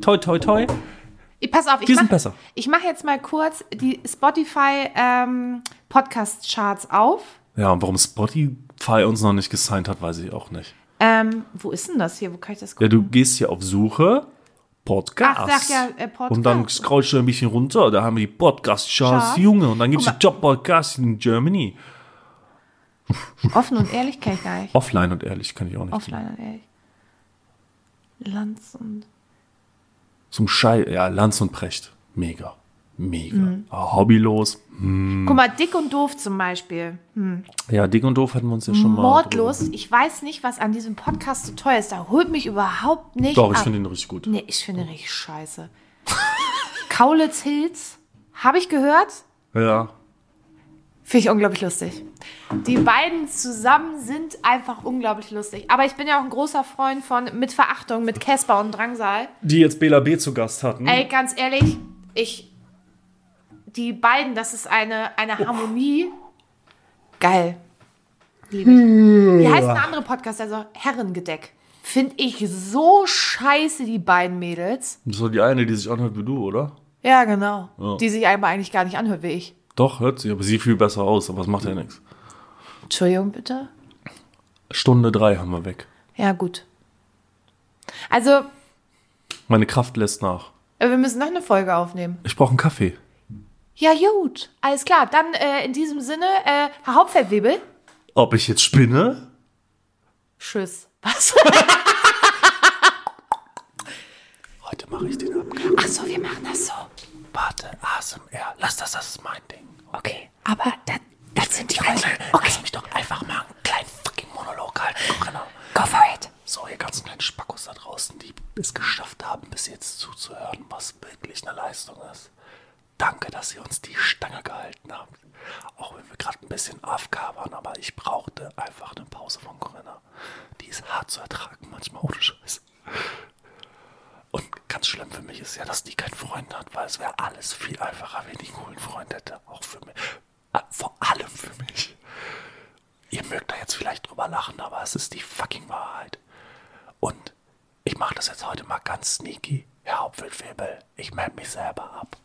Toi, toi, toi.
Ich, pass auf, ich
Die sind
mach-
besser.
Ich mache jetzt mal kurz die Spotify ähm, Podcast Charts auf.
Ja, und warum Spotify uns noch nicht gesigned hat, weiß ich auch nicht.
Ähm, wo ist denn das hier? Wo kann ich das gucken?
Ja, du gehst hier auf Suche. Podcast.
Ach, sag ja, äh, Podcast.
Und dann scrollst du ein bisschen runter. Da haben wir die Podcast-Charts,
Charts.
Junge. Und dann gibt's
Guck
die Job-Podcast in Germany.
Offen und ehrlich kenn ich gar nicht.
Offline und ehrlich, kann ich auch nicht.
Offline, ehrlich. Lanz und.
Zum Schei, ja, Lanz und Precht. Mega. Mega.
Mhm.
Ah, Hobbylos. Hm.
Guck mal, dick und doof zum Beispiel.
Ja, dick und doof hatten wir uns ja schon mal.
Mordlos. Ich weiß nicht, was an diesem Podcast so teuer ist. Da holt mich überhaupt nicht.
Doch, ich
ab.
finde ihn richtig gut.
Nee, ich finde ihn richtig scheiße. Kaulitz Hills. Habe ich gehört?
Ja.
Finde ich unglaublich lustig. Die beiden zusammen sind einfach unglaublich lustig. Aber ich bin ja auch ein großer Freund von Mit Verachtung, mit Casper und Drangsal.
Die jetzt Bela B zu Gast hatten.
Ey, ganz ehrlich, ich. Die beiden, das ist eine, eine Harmonie. Geil. Liebe ich. Wie heißt ein anderer Podcast? Also Herrengedeck. Finde ich so scheiße, die beiden Mädels.
Das war die eine, die sich anhört wie du, oder?
Ja, genau.
Ja.
Die sich einmal eigentlich gar nicht anhört wie ich.
Doch, hört sich, aber sie viel besser aus, aber es macht ja nichts.
Entschuldigung, bitte.
Stunde drei haben wir weg.
Ja, gut. Also, äh,
Meine Kraft lässt nach.
wir müssen noch eine Folge aufnehmen.
Ich brauche einen Kaffee.
Ja, gut. Alles klar. Dann äh, in diesem Sinne, äh, Herr Hauptfeldwebel.
Ob ich jetzt spinne?
Tschüss. Was?
Heute mache ich den ab.
Ach so, wir machen das so.
Warte, ASMR. Lass das, das ist mein Ding.
Okay, aber da, das sind die Rollen.
Okay. Lass mich doch einfach mal einen kleinen fucking Monolog halten, Corinna.
Go for it.
So, ihr ganzen kleinen Spackos da draußen, die es geschafft haben, bis jetzt zuzuhören, was wirklich eine Leistung ist. Danke, dass ihr uns die Stange gehalten habt. Auch wenn wir gerade ein bisschen AFK waren, aber ich brauchte einfach eine Pause von Corinna. Die ist hart zu ertragen, manchmal ohne Scheiß. Und ganz schlimm für mich ist ja, dass die keinen Freund hat, weil es wäre alles viel einfacher, wenn ich einen coolen Freund hätte. Auch für mich. Äh, Vor allem für mich. Ihr mögt da jetzt vielleicht drüber lachen, aber es ist die fucking Wahrheit. Und ich mache das jetzt heute mal ganz sneaky. Herr Hauptfeldwebel, ich melde mich selber ab.